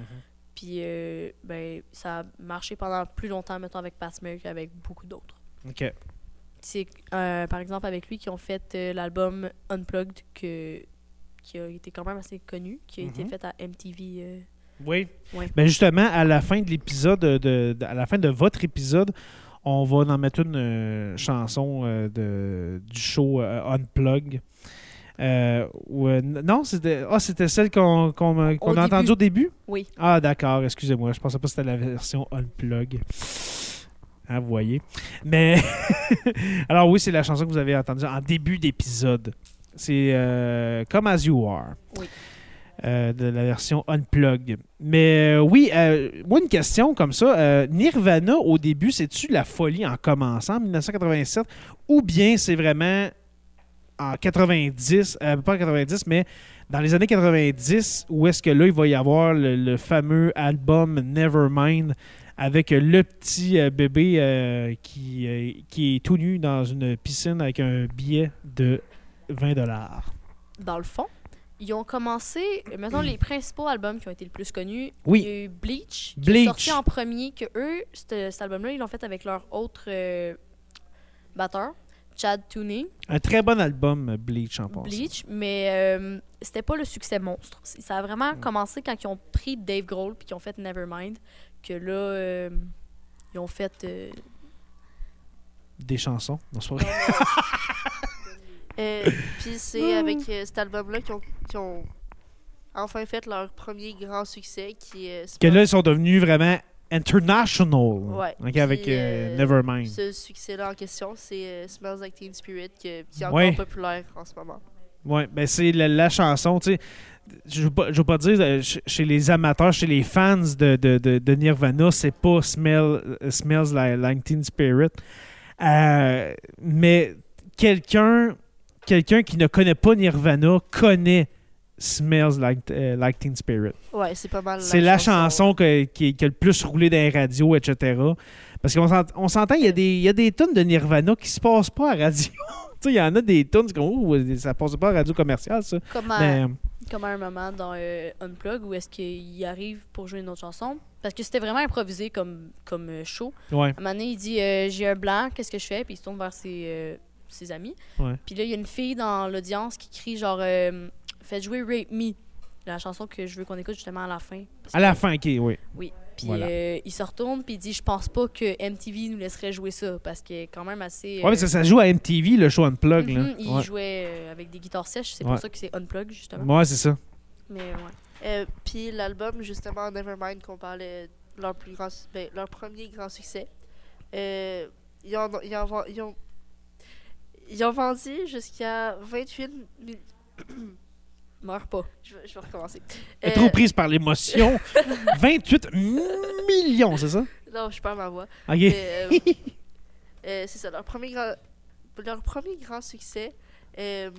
Puis euh, ben, ça a marché pendant plus longtemps, mettons, avec Pat Smear qu'avec beaucoup d'autres.
OK.
C'est euh, par exemple avec lui qu'ils ont fait euh, l'album Unplugged que, qui a été quand même assez connu, qui a été
Mhm.
fait à MTV. euh,
Oui.
Ouais.
Ben justement, à la fin de l'épisode, de, de- à la fin de votre épisode, on va en mettre une euh, chanson euh, de, du show euh, Unplug. Euh, ou, euh, n- non, c'était ah, c'était celle qu'on qu'on m'a- qu'on
Au
a
début.
entendue au début?
Oui.
Ah, d'accord, excusez-moi, je pensais pas que c'était la version Unplug. Ah, vous voyez. Mais. Alors, oui, c'est la chanson que vous avez entendue en début d'épisode. C'est euh, Come As You Are euh, de la version Unplugged. Mais euh, oui, euh, moi, une question comme ça. euh, Nirvana, au début, c'est-tu la folie en commençant en 1987 ou bien c'est vraiment en 90, euh, pas en 90, mais dans les années 90, où est-ce que là, il va y avoir le, le fameux album Nevermind avec le petit euh, bébé euh, qui, euh, qui est tout nu dans une piscine avec un billet de 20
dans le fond, ils ont commencé, euh, mettons, les principaux albums qui ont été le plus connus.
Oui.
Il y a eu Bleach, qui
Bleach.
est sorti en premier, que eux, c'te- cet album-là, ils l'ont fait avec leur autre euh, batteur, Chad Tooney,
Un très bon album, Bleach, en passant.
Bleach, mais euh, c'était pas le succès monstre. C- Ça a vraiment commencé quand ils ont pris Dave Grohl puis qu'ils ont fait Nevermind, que là, euh, ils ont fait... euh,
des chansons. Non, c'est pas vrai.
Euh, Puis, c'est avec euh, cet album-là qu'ils ont, qu'ils ont enfin fait leur premier grand succès qui est. euh,
Que là, ils sont devenus vraiment international.
Ouais.
OK,
Puis,
avec euh,
euh,
Nevermind.
Ce succès-là en question, c'est euh, Smells Like Teen Spirit que- qui est
Ouais.
encore populaire en ce moment.
Ouais, ben c'est la, la chanson, tu sais. Je veux pas, je veux pas dire, euh, ch- chez les amateurs, chez les fans de, de, de, de Nirvana, c'est pas Smell, euh, Smells Like, Like Teen Spirit. Euh, mais quelqu'un quelqu'un qui ne connaît pas Nirvana connaît Smells Like, euh, Like Teen Spirit.
Ouais, c'est pas mal.
C'est la chanson que- qui, qui a le plus roulé dans les radios, etc. Parce qu'on s'ent- on s'entend, il y, a des- il y a des tonnes de Nirvana qui se passent pas à radio. Tu sais, il y en a des tonnes qui ça passe pas à radio commerciale, ça.
Comme à,
Mais, euh,
comme à un moment dans euh, Unplug où est-ce qu'il arrive pour jouer une autre chanson. Parce que c'était vraiment improvisé comme, comme euh, show.
ouais.
À un moment donné, il dit euh, J'ai un blanc, qu'est-ce que je fais Puis il se tourne vers ses, euh, ses amis.
Ouais.
Puis là, il y a une fille dans l'audience qui crie genre euh, Faites jouer Rape Me, la chanson que je veux qu'on écoute justement à la fin. Parce
À la fin, OK, oui.
Puis
Voilà.
euh, il se retourne puis il dit je pense pas que MTV nous laisserait jouer ça parce qu'il est quand même assez euh,
Ouais, parce que ça joue à MTV, le show Unplug, là.
mhm, il
Ouais.
jouait euh, avec des guitares sèches, c'est
Ouais.
pour ça que c'est unplug justement.
Ouais, c'est ça.
Mais ouais.
Euh, Puis l'album, justement, Nevermind, qu'on parlait, leur, plus grand, su- ben, leur premier grand succès, euh, ils, en ont- ils en vend- ils ont, ils ont vendu jusqu'à 28 000.
Meurs pas.
Je, vais- je vais recommencer.
Elle est
Euh,
trop prise par l'émotion. 28 millions, c'est ça?
Non, je perds ma voix.
OK.
Mais, euh, euh, c'est ça, leur premier grand, leur premier grand succès, euh,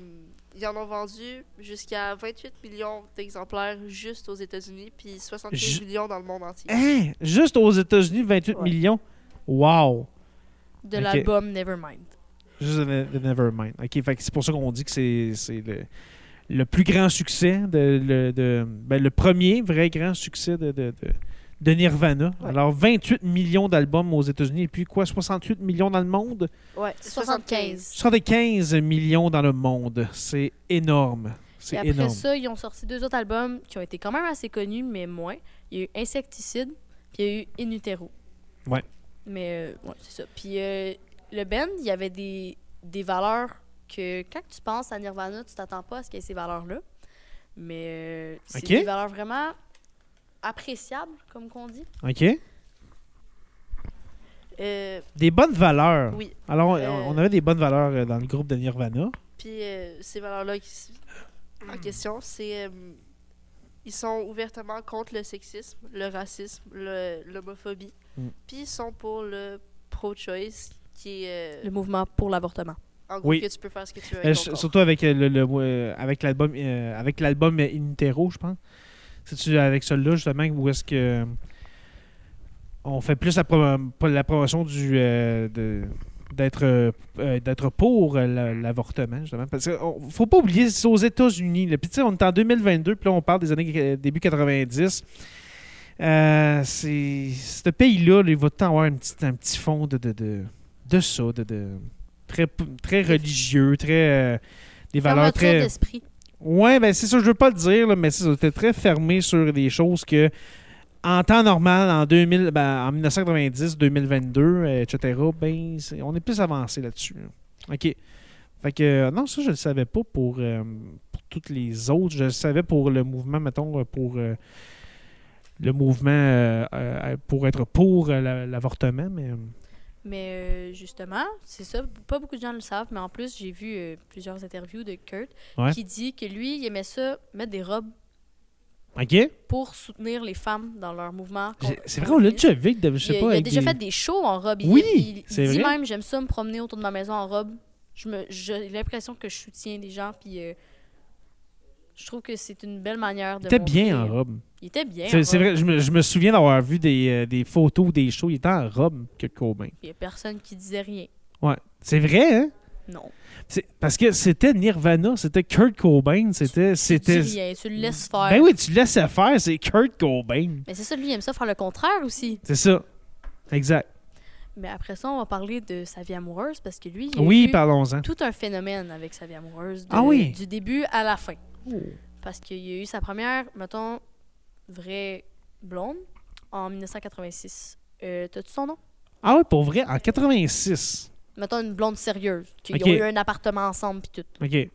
ils en ont vendu jusqu'à 28 millions d'exemplaires juste aux États-Unis, puis 75
Ju-
millions dans le monde entier.
Hein? Juste aux États-Unis, 28
Ouais.
millions. Wow!
De
Ok.
l'album Nevermind.
Juste de, de Nevermind. OK, fait que c'est pour ça qu'on dit que c'est c'est le, le plus grand succès, de, le, de- ben, le premier vrai grand succès de, de, de- de Nirvana.
Ouais.
Alors, 28 millions d'albums aux États-Unis et puis quoi, 68 millions dans le monde?
Ouais,
75.
75 millions dans le monde. C'est énorme.
Et
C'est
après
énorme.
ça, ils ont sorti deux autres albums qui ont été quand même assez connus, mais moins. Il y a eu Insecticide, puis il y a eu In Utero.
Ouais.
Mais euh, ouais, c'est ça. Puis euh, le band, il y avait des, des valeurs que quand tu penses à Nirvana, tu t'attends pas à ce qu'il y ait ces valeurs-là. Mais euh, c'est
Ok.
des valeurs vraiment appréciables, comme qu'on dit.
OK?
Euh,
Des bonnes valeurs.
oui,
Alors, on,
Euh.
on avait des bonnes valeurs euh, dans le groupe de Nirvana.
puis euh, ces valeurs-là qui s-
Hmm.
en question, c'est... euh, ils sont ouvertement contre le sexisme, le racisme, le- l'homophobie,
Mm.
puis ils sont pour le pro-choice, qui est... euh,
Le mouvement pour l'avortement.
En gros,
Oui.
que tu peux faire ce que tu veux.
Euh,
avec ton
s-
corps.
surtout avec euh, le, le- euh, avec l'album euh, avec l'album euh, In Utero, je pense. C'est avec celui-là justement où est-ce que euh, on fait plus la, promo- pas la promotion du euh, de- d'être euh, euh, d'être pour euh, la- l'avortement justement parce que on- faut pas oublier c'est aux États-Unis là. puis tu sais on est en 2022 puis là on parle des années euh, début 90 Euh, c'est ce pays-là là, il va tout le temps avoir un petit un petit fond de de, de, de ça de, de- très p- très religieux très euh, des valeurs
Fermeture
très
d'esprit.
Ouais, ben c'est ça, je veux pas le dire, là, mais c'est ça, t'es très fermé sur des choses que, en temps normal, en 2000, ben, en 1990, 2022, euh, etc., ben, c'est- on est plus avancé là-dessus. là. OK. Fait que, euh, non, ça, je le savais pas pour, euh, pour toutes les autres. Je le savais pour le mouvement, mettons, euh, pour euh, le mouvement euh, euh, pour être pour euh, la- l'avortement, mais... euh,
Mais euh, justement, c'est ça, pas beaucoup de gens le savent, mais en plus, j'ai vu euh, plusieurs interviews de Kurt
Ouais.
qui dit que lui, il aimait ça, mettre des robes
OK?
pour soutenir les femmes dans leur mouvement.
J'ai-
contre-
C'est vrai, on l'a déjà vu, je
Il,
sais
a-
pas.
il a
avec
déjà
des-
fait des shows en robe. Il-
Oui,
il, il
c'est
dit
vrai.
même, j'aime ça me promener autour de ma maison en robe. Je me- J'ai l'impression que je soutiens des gens, puis euh, je trouve que c'est une belle manière de
Il était bien en
montrer- euh,
robe.
Il était bien en
C'est c'est
robe.
vrai, je me, je me souviens d'avoir vu des, euh, des photos, des shows. Il était en robe que Cobain.
Il y a personne qui disait rien.
Ouais. C'est vrai, hein?
Non.
C'est- Parce que c'était Nirvana, c'était Kurt Cobain, c'était.
Tu
c'était
dis rien, tu le laisses faire.
Ben oui, tu laissais faire, c'est Kurt Cobain.
Mais c'est ça, lui, il aime ça faire le contraire aussi.
C'est ça. Exact.
Mais après ça, on va parler de sa vie amoureuse parce que lui, il a
Oui,
eu
parlons-en.
tout un phénomène avec sa vie amoureuse de-
Ah oui?
du début à la fin.
Oh.
Parce qu'il y a eu sa première, mettons, vraie blonde en 1986. Euh, T'as-tu son nom?
Ah oui, pour vrai, en 86.
Mettons une blonde sérieuse. qu'ils
Ok.
ont eu un appartement ensemble puis tout.
OK.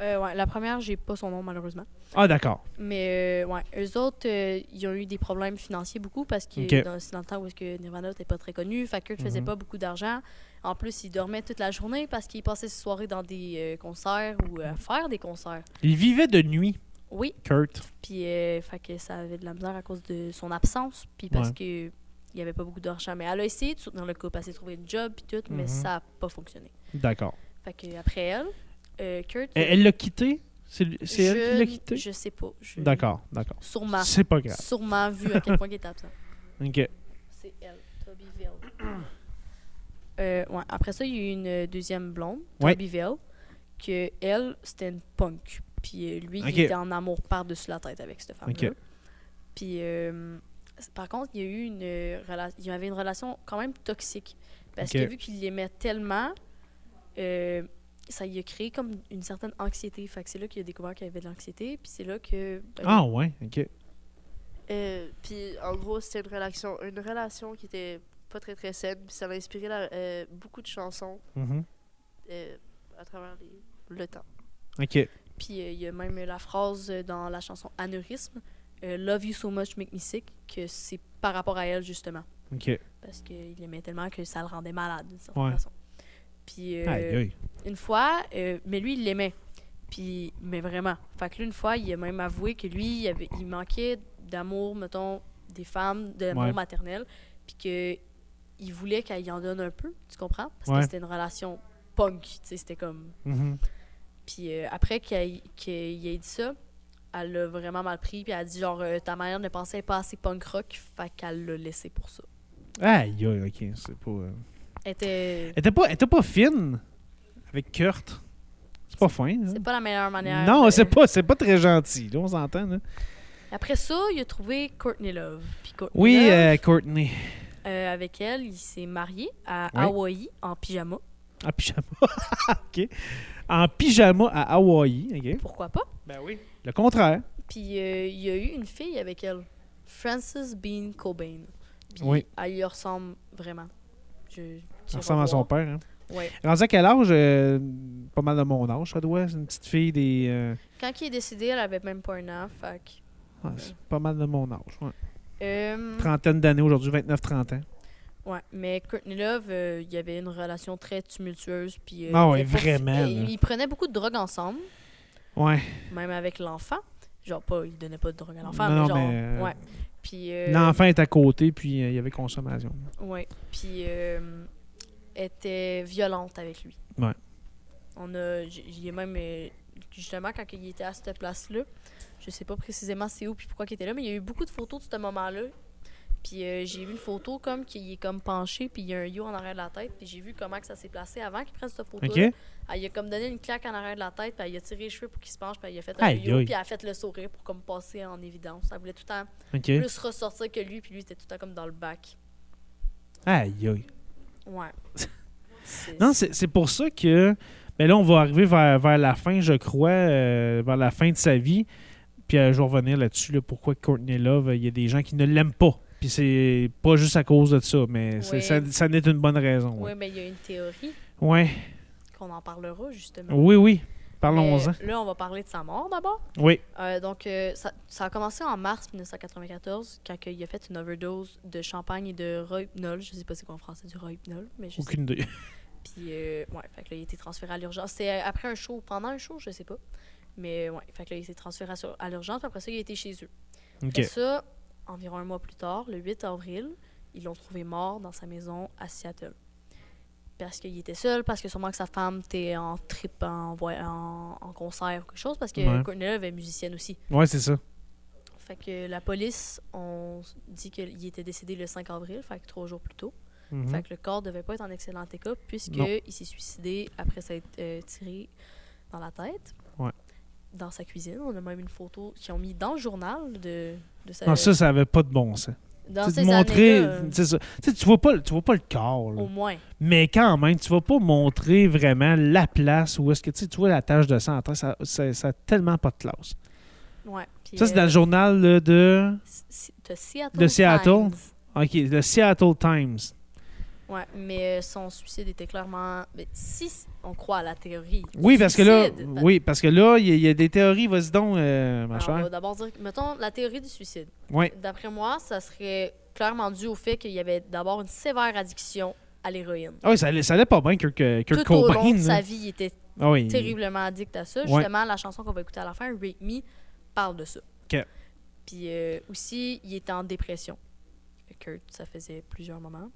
Euh, ouais, la première, j'ai pas son nom malheureusement.
Ah, d'accord.
Mais euh, ouais, eux autres, euh, ils ont eu des problèmes financiers beaucoup parce que
Ok.
dans- c'est dans le temps où est-ce que Nirvana n'était pas très connu, fait qu'eux ne faisaient
Mhm.
pas beaucoup d'argent. En plus, ils dormaient toute la journée parce qu'ils passaient ses soirées dans des euh, concerts ou à faire des concerts.
Il vivait de nuit,
Oui,
Kurt.
puis euh, fait que ça avait de la misère à cause de son absence, puis parce
Ouais.
que il n'y avait pas beaucoup d'argent. Mais elle a essayé de soutenir le couple, elle s'est trouvé une job puis tout, mais
Mhm.
ça n'a pas fonctionné.
D'accord.
Fait que après elle, euh, Kurt...
Elle elle l'a quitté? C'est lui- c'est elle qui
je-
l'a quitté?
Je sais pas. je-
D'accord, d'accord.
Sûrement.
C'est pas grave.
Sûrement vu à quel point il était absent. Euh,
OK.
C'est elle, Toby Vale. Euh, ouais, après ça, il y a eu une euh, deuxième blonde,
Ouais.
Toby Vale, que elle, c'était une punk. Puis euh, lui,
Ok.
il était en amour par-dessus la tête avec cette femme-là.
Ok.
Puis, euh, c- par contre, il y a eu une euh, rela- il y avait une relation quand même toxique. Parce
Ok.
que vu qu'il l'aimait tellement, euh, ça lui a créé comme une certaine anxiété. Fait que c'est là qu'il a découvert qu'il avait de l'anxiété. Puis c'est là que... ben,
Ah, ouais, OK.
Euh, puis en gros, c'était une relation, une relation qui était pas très très saine. Puis ça a inspiré la- euh, beaucoup de chansons
Mhm.
euh, à travers les- le temps.
OK.
Puis euh, il y a même la phrase euh, dans la chanson Aneurysme, euh, Love you so much, make me sick, que c'est par rapport à elle justement.
OK.
Parce qu'il aimait tellement que ça le rendait malade d'une certaine
Ouais.
façon. Puis euh,
Aïe, aïe.
une fois, euh, mais lui il l'aimait. Puis, mais vraiment. Fait que lui, une fois, il a même avoué que lui, il, avait- il manquait d'amour, mettons, des femmes, de l'amour
Ouais.
maternel. Puis que il voulait qu'elle y en donne un peu, tu comprends? Parce
Ouais.
que c'était une relation punk, tu sais, c'était comme
Mhm.
puis euh, après qu'il ait- qu'il ait dit ça, elle l'a vraiment mal pris. Puis elle a dit genre, euh, ta mère ne pensait pas assez punk rock, fait qu'elle l'a laissé pour ça.
Aïe, aïe, OK. C'est pas... euh,
Elle était.
Elle était pas, elle était pas fine avec Kurt. C'est pas fin, là.
C'est pas la euh, meilleure manière.
Non,
de-
c'est pas, c'est pas très gentil, là, on s'entend. là.
Après ça, il a trouvé Courtney Love. Puis Courtney
Oui,
Love,
euh, Courtney.
euh, avec elle, il s'est marié à
Oui.
Hawaï en pyjama.
En pyjama. OK. En pyjama à Hawaï. OK.
Pourquoi pas?
Ben oui. Le contraire.
Puis euh, il y a eu une fille avec elle, Frances Bean Cobain. Puis
Oui.
elle lui ressemble vraiment. Je, tu
Ça ressemble à son
revois.
père. Hein.
Ouais.
Rendu à quel âge Euh, Pas mal de mon âge, ça doit. C'est une petite fille des. euh,
Quand il est décédé, elle avait même pas un an, fait que-
ouais, c'est pas mal de mon âge. ouais.
Euh,
Trentaine d'années aujourd'hui, 29-30 ans.
ouais, mais Courtney Love, euh, il y avait une relation très tumultueuse. Puis, euh,
Ah
il
ouais,
avait pas-
vraiment,
euh,
là.
Ils prenaient beaucoup de drogue ensemble,
Ouais.
même avec l'enfant. Genre, pas, ils donnaient pas de drogue à l'enfant,
Non,
mais
non,
genre.
mais, euh,
Ouais. Puis. euh,
L'enfant est à côté, puis euh, il y avait consommation.
Ouais. Puis, euh, était violente avec lui.
Ouais.
On a. j- J'y ai même. euh, justement, quand il était à cette place-là, je sais pas précisément c'est où puis pourquoi il était là, mais il y a eu beaucoup de photos de ce moment-là. Puis euh, j'ai vu une photo comme qu'il est comme penché, puis il y a un yo en arrière de la tête, puis j'ai vu comment que ça s'est placé avant qu'il prenne cette photo.
OK?
Elle lui a comme donné une claque en arrière de la tête, puis elle lui a tiré les cheveux pour qu'il se penche, puis elle lui a fait un
Aïe,
yo,
aïe.
puis elle a fait le sourire pour comme passer en évidence. Elle voulait tout le temps
OK.
plus ressortir que lui, puis lui était tout le temps comme dans le bac.
Aïe, aïe.
Ouais. C'est-
Non, c'est c'est pour ça que. Mais là, on va arriver vers, vers la fin, je crois, euh, vers la fin de sa vie. Puis euh, je vais revenir là-dessus, là, pourquoi Courtney Love, euh, il y a des gens qui ne l'aiment pas. Puis c'est pas juste à cause de ça, mais c'est-
Ouais.
ça, ça n'est une bonne raison.
Oui,
Ouais.
mais il y a une théorie
Ouais.
qu'on en parlera justement.
Oui, oui. Parlons-en.
Mais Là, on va parler de sa mort d'abord.
Oui.
Euh, donc, euh, ça, ça a commencé en mars 1994 quand que il a fait une overdose de champagne et de Rohypnol. Je sais pas c'est quoi en français du Rohypnol, mais je sais.
Aucune idée.
Puis, euh, ouais, fait que là, il a été transféré à l'urgence. C'est euh, après un show, pendant un show, je sais pas. Mais ouais, fait que là, il s'est transféré à, sur- à l'urgence. puis Après ça, il a été chez eux.
OK.
Et ça, environ un mois plus tard, le 8 avril, ils l'ont trouvé mort dans sa maison à Seattle. Parce qu'il était seul, parce que sûrement que sa femme était en trip, en, voy- en, en concert ou quelque chose, parce que
Ouais.
Courtney Love est musicienne aussi.
Ouais, c'est ça.
Fait que la police, on s- dit qu'il était décédé le 5 avril, fait que trois jours plus tôt.
Mhm.
Fait que le corps devait pas être en excellent état
Non.
puisqu'il s'est suicidé après s'être euh, tiré dans la tête.
Ouais.
Dans sa cuisine. On a même une photo qu'ils ont mis dans le journal de, de sa...
Non, Ah, ça, ça avait pas de bon sens.
euh, dans
Tu sais,
ces
de montrer.
années-là, euh,
c'est ça. Tu sais, tu vois pas, le- tu vois pas le corps. là.
au moins.
Mais quand même, tu vas pas montrer vraiment la place où est-ce que tu sais, tu vois la tâche de sang en train, ça, ça, ça a tellement pas de classe.
Ouais. Puis,
Ça, c'est dans
euh,
le journal là, de.
Si- si- de Seattle.
de Seattle.
Times.
Ok, le Seattle Times.
Ouais, mais euh, son suicide était clairement. Mais si on croit à la théorie. du
Oui, parce que là,
suicide, ben,
oui, parce que là, il y, a- il y a des théories, vas-y donc, euh, ma
alors, on
chère.
va d'abord dire. Mettons la théorie du suicide.
Oui,
D'après moi, ça serait clairement dû au fait qu'il y avait d'abord une sévère addiction à l'héroïne.
Ah oui, ça, allait- ça allait pas bien, Kurt, Kurt
Tout au
Cobain.
long de
là.
sa vie, il était
Ah oui.
terriblement addict à ça.
Ouais.
Justement, la chanson qu'on va écouter à la fin, Rape Me, parle de ça.
Ok.
Puis euh, aussi, il était en dépression. Kurt, ça faisait plusieurs moments.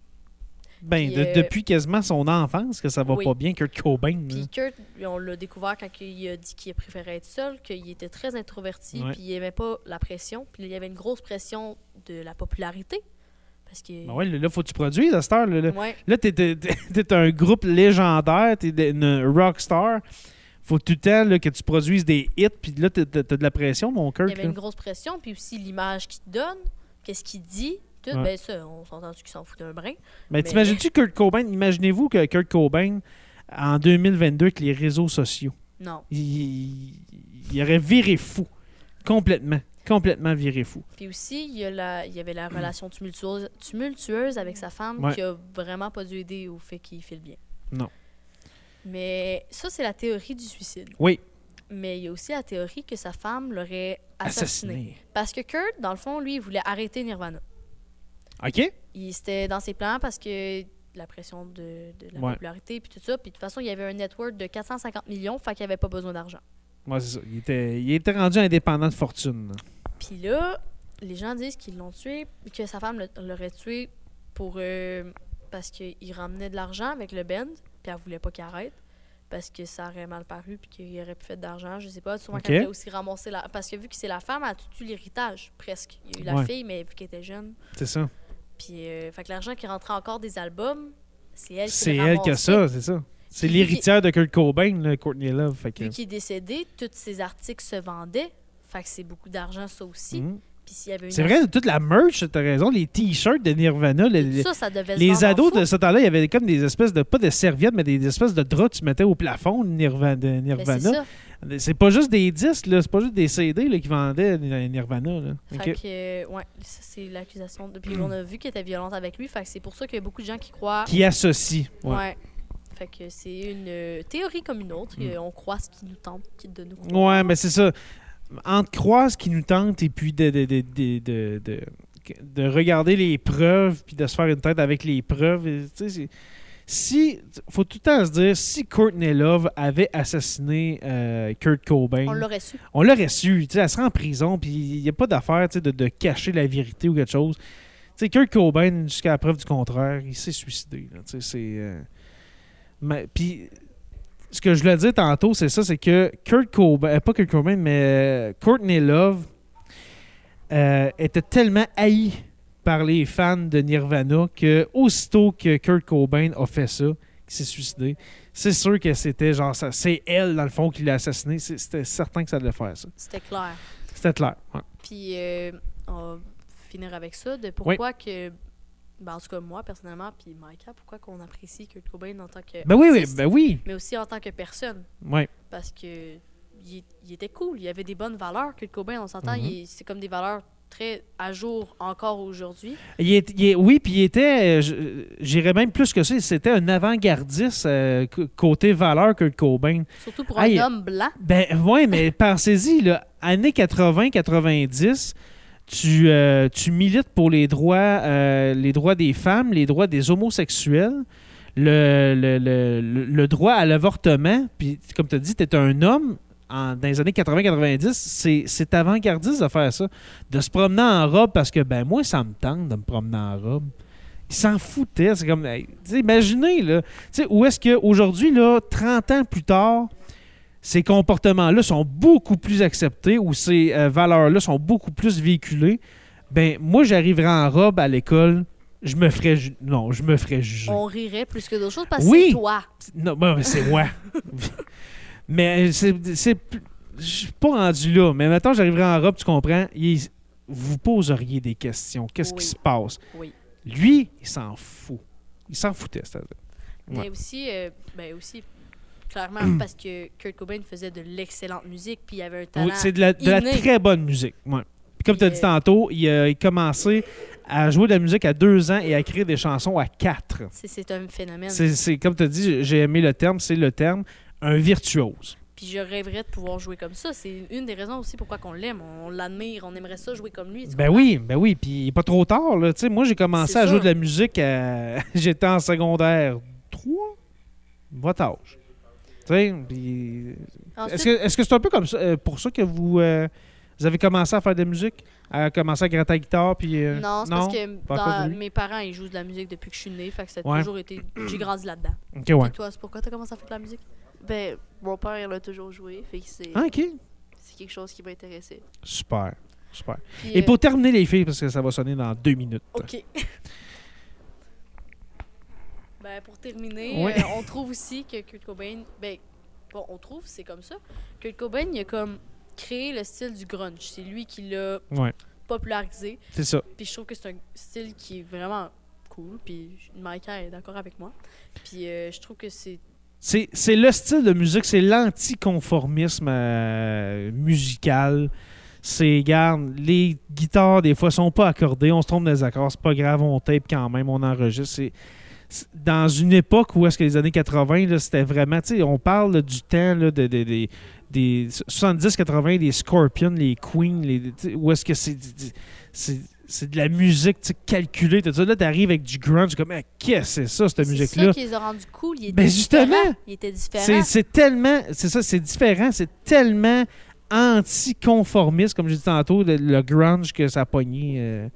Ben,
Puis,
de-
euh,
depuis quasiment son enfance que ça va
oui.
pas bien, Kurt Cobain. là.
Puis Kurt, on l'a découvert quand il a dit qu'il préférait être seul, qu'il était très introverti,
Ouais.
puis il aimait pas la pression. Puis il y avait une grosse pression de la popularité. Parce que.
Ben ouais, là, faut que tu produises à cette heure. Là, là.
Ouais.
Là, t'es, t'es- t'es- t'es un groupe légendaire, t'es de- une rock star. Faut tout le temps là, que tu produises des hits, puis là, t'as, t'as- t'as de la pression, mon
il y
Kurt.
avait
là.
une grosse pression, puis aussi l'image qu'il te donne, qu'est-ce qu'il dit, tout,
Ouais.
ben ça, on s'entend qu'il s'en fout d'un brin.
Mais t'imagines-tu Kurt Cobain? Imaginez-vous que Kurt Cobain, en 2022, avec les réseaux sociaux,
Non.
il, il aurait viré fou. Complètement. Complètement viré fou.
Puis aussi, il y, a la- il y avait la relation tumultueuse, tumultueuse avec sa femme
Ouais.
qui a vraiment pas dû aider au fait qu'il file bien.
Non.
Mais ça, c'est la théorie du suicide.
Oui.
Mais il y a aussi la théorie que sa femme l'aurait assassiné.
Assassiné.
Parce que Kurt, dans le fond, lui, il voulait arrêter Nirvana.
OK?
Il était dans ses plans parce que la pression de, de la
Ouais.
popularité puis tout ça. Puis de toute façon, il y avait un net worth de 450 millions, fait qu'il avait pas besoin d'argent.
Ouais, c'est ça. Il était, il était rendu indépendant de fortune.
Puis là, les gens disent qu'ils l'ont tué, que sa femme le- l'aurait tué pour euh, parce qu'il ramenait de l'argent avec le band, puis elle voulait pas qu'il arrête parce que ça aurait mal paru puis qu'il aurait plus fait d'argent, je sais pas, souvent
Ok.
qu'elle voulait aussi ramasser la parce que vu que c'est la femme, elle a tout eu l'héritage presque. Il y a eu la
Ouais.
fille mais vu qu'elle était jeune,
C'est ça.
puis euh, fait que l'argent qui rentrait encore des albums, c'est elle qui
C'est
le
elle qui a
ramassait.
ça, c'est ça. C'est
Puis lui qui-
l'héritière de Kurt Cobain, là, Courtney Love. Fait que-
Vu qu'il est décédé, tous ses articles se vendaient, fait que c'est beaucoup d'argent ça aussi.
Mhm.
Puis s'il y avait une
C'est vrai, toute la merch, t'as raison, les t-shirts de Nirvana, le- le-
ça, ça devait se
les
vendre en
ados
fou.
de ce temps-là, il y avait comme des espèces de, pas de serviettes, mais des espèces de draps que tu mettais au plafond de Nirva- de
Ben, c'est
Nirvana.
ça.
C'est pas juste des disques, là, c'est pas juste des CD là, qui vendaient Nir- Nirvana. Là.
Fait
Ok. Hmm.
que, euh, ouais, ça, c'est l'accusation. Depuis, on a vu qu'elle était violente avec lui. Fait que c'est pour ça qu'il y a beaucoup de gens qui croient.
Qui associe.
Ouais.
Ouais.
Fait que c'est une euh, théorie comme une autre.
Mm.
Euh, On croit ce qui nous tente qui- de nous
Ouais,
croire.
mais c'est ça. Entre croire ce qui nous tente et puis de, de, de, de, de- de- de regarder les preuves puis de se faire une tête avec les preuves. et, tu sais, c'est- Si, faut tout le temps se dire, si Courtney Love avait assassiné euh, Kurt Cobain,
On l'aurait su.
on l'aurait su. Tu sais, elle serait en prison, puis il n'y a pas d'affaire tu sais, de, de cacher la vérité ou quelque chose. Tu sais, Kurt Cobain, jusqu'à la preuve du contraire, il s'est suicidé. là. Tu sais, c'est. euh, mais- Puis, ce que je voulais dire tantôt, c'est ça c'est que Kurt Cobain, euh, pas Kurt Cobain, mais euh, Courtney Love euh, était tellement haï par les fans de Nirvana que aussitôt que Kurt Cobain a fait ça, qu'il s'est suicidé, c'est sûr que c'était genre ça. C'est elle, dans le fond, qui l'a assassiné. C'est- C'était certain que ça devait faire ça.
C'était clair.
C'était clair. ouais.
Puis, euh, on va finir avec ça. De pourquoi que. ben, en tout cas, moi, personnellement, puis Micah, pourquoi qu'on apprécie Kurt Cobain en tant que.
Ben oui, oui,
artiste,
ben oui.
Mais aussi en tant que personne.
Ouais.
parce que il, est- il était cool, il avait des bonnes valeurs que le Cobain, on s'entend,
Mhm.
il est- c'est comme des valeurs très à jour encore aujourd'hui.
Il est- il est- oui, puis il était, euh, je- j'irais même plus que ça, c'était un avant-gardiste euh, c- côté valeur que Cobain.
Surtout pour
Aïe.
un homme blanc.
Ben oui, mais pensez-y, là, années 80-90, tu, euh, tu milites pour les droits, euh, les droits des femmes, les droits des homosexuels, le, le, le- le- le droit à l'avortement. Puis, comme tu as dit, tu es un homme. en- dans les années 80-90, c'est, c'est avant-gardiste de faire ça. De se promener en robe parce que, ben moi, ça me tente de me promener en robe. Ils s'en foutaient. C'est comme, hey, tu sais, imaginez, là. Tu sais, où est-ce qu'aujourd'hui, là, 30 ans plus tard, ces comportements-là sont beaucoup plus acceptés ou ces euh, valeurs-là sont beaucoup plus véhiculées, ben moi j'arriverais en robe à l'école, je me ferais ju- non, je me ferais juger.
On rirait plus que d'autres choses parce que
Oui.
c'est toi.
Non, ben, ben, c'est moi. mais euh, c'est c'est plus- je suis pas rendu là, mais maintenant j'arriverai en robe, tu comprends, il- vous poseriez des questions, qu'est-ce
Oui.
qui se passe
Oui.
Lui, il s'en fout. Il s'en foutait, c'est-à-dire. Ouais.
Mais aussi, euh, ben aussi clairement parce que Kurt Cobain faisait de l'excellente musique puis il avait un talent.
Oui, C'est de la, de la
inné.
très bonne musique. ouais. Puis Comme tu as
Puis,
dit
euh,
tantôt, il a commencé à jouer de la musique à deux ans et à créer des chansons à quatre.
C'est- C'est un phénomène.
C'est, c'est- comme tu as dit, j'ai aimé le terme, c'est le terme, un virtuose.
Puis je rêverais de pouvoir jouer comme ça. C'est une des raisons aussi pourquoi qu'on l'aime. On l'admire, on aimerait ça jouer comme lui. tu
Ben oui, ben oui, puis il est pas trop tard. Là. Tu sais, Moi, j'ai commencé
C'est
à jouer
ça.
de la musique, à... j'étais en secondaire 3, votre âge. Tu sais, puis-
comprends? Ensuite,
Est-ce que est-ce que c'est un peu comme ça, euh, pour ça que vous, euh, vous avez commencé à faire de la musique, à commencer à gratter la guitare, puis euh,
non, c'est parce que
pas à cause
dans-
de lui.
mes parents, ils jouent de la musique depuis que je suis née. Fait que ça a
Ouais.
toujours été... J'ai grandi là-dedans.
Ok, ouais.
Et toi, c'est pourquoi t'as commencé à faire de la musique?
Ben, mon père, il a toujours joué, fait que
euh,
c'est
Ah, ok,
c'est quelque chose qui m'intéressait.
super, super.
Puis,
Et
euh,
pour terminer les filles, parce que ça va sonner dans deux minutes.
OK. ben, pour terminer,
Ouais.
euh, on trouve aussi que Kurt Cobain... Ben, bon, on trouve, c'est comme ça. Kurt Cobain, il a comme créé le style du grunge. C'est lui qui l'a
Ouais,
popularisé.
c'est ça.
Puis je trouve que c'est un style qui est vraiment cool. Puis Micah est d'accord avec moi. Puis euh, je trouve que c'est...
C'est c'est le style de musique, c'est l'anticonformisme euh, musical. C'est, garde, les guitares, des fois, sont pas accordées, on se trompe dans les accords, c'est pas grave, on tape quand même, on enregistre. C'est- c'est- dans une époque où est-ce que les années 80, là, c'était vraiment, tu sais, on parle là, du temps là, de, de- des- des 70-80, les Scorpions, les Queens, les, tu sais, où est-ce que c'est, c'est, c'est de la musique tu sais, calculée, tout ça. Là, t'arrives avec du grunge, comme, Ah, qu'est-ce que c'est ça, cette
C'est
musique-là?
ça qui les a rendus cool. Il était
Ben, justement!
différent. Il était
C'est,
différent.
c'est tellement, c'est ça, c'est différent, c'est tellement anticonformiste, comme j'ai dit tantôt, le, le grunge que ça a pogné. euh,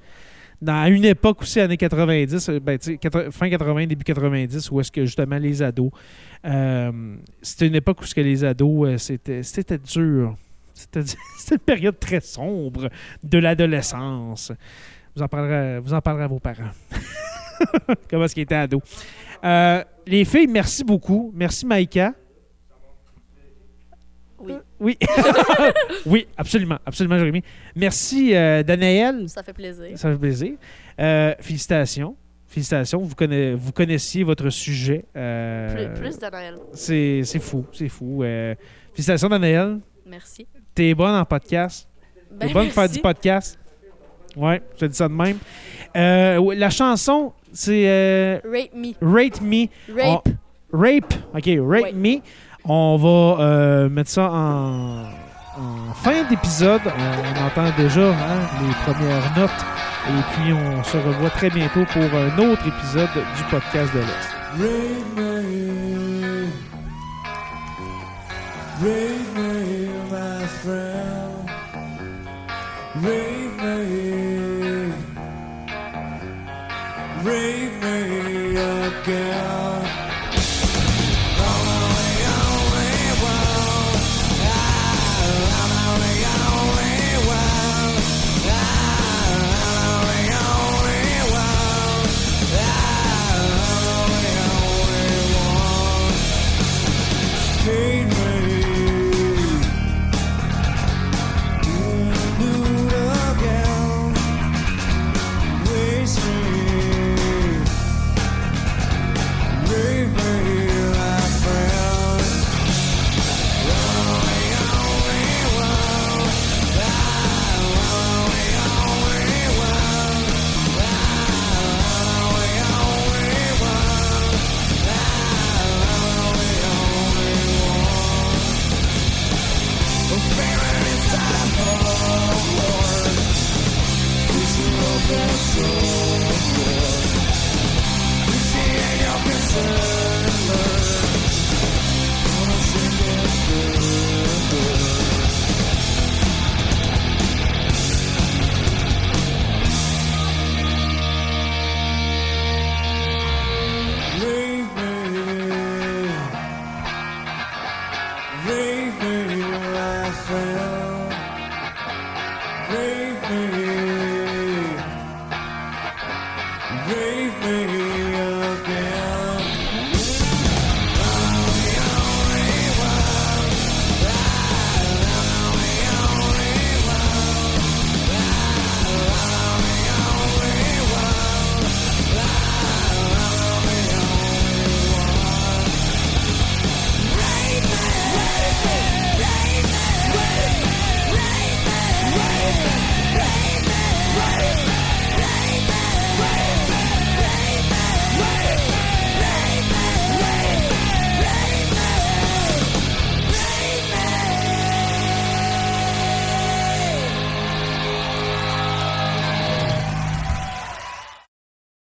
dans une époque aussi, années 90, euh, ben, tu sais, 80 fin 80, début 90, où est-ce que justement les ados. euh, c'était une époque où ce que les ados, euh, c'était, c'était dur. C'était, c'était une période très sombre de l'adolescence. Vous en parlerez, vous en parlerez à vos parents. Comment est-ce qu'ils étaient ados. Euh, les filles, merci beaucoup. Merci, Maïka.
Oui.
Euh, Oui. oui, absolument. Absolument, Jérémy. Merci, euh, Danaël.
Ça fait plaisir.
Ça fait plaisir. Euh, félicitations. Félicitations. Vous, conna- vous connaissiez votre sujet.
Plus,
Euh,
plus Daniel.
C'est c'est fou. C'est fou. Euh, félicitations, Danaël.
Merci.
T'es bonne en podcast.
Ben,
C'est bon de faire
merci.
du podcast. Ouais, je te dis ça de même. Euh, ouais, la chanson, c'est euh,
Rape me.
Rate Me.
Rape.
On- rape. OK, Rape
Ouais.
Me. On va euh, mettre ça en, en fin d'épisode. Euh, On, on entend déjà hein, les premières notes. Et puis, on se revoit très bientôt pour un autre épisode du podcast de l'Est.
Raid me, raid me, my friend. Raid me, raid me again. Raid me, do it again. Waste me, raid me, my friend. Rape me, rape me, my friend. Rape me, rape me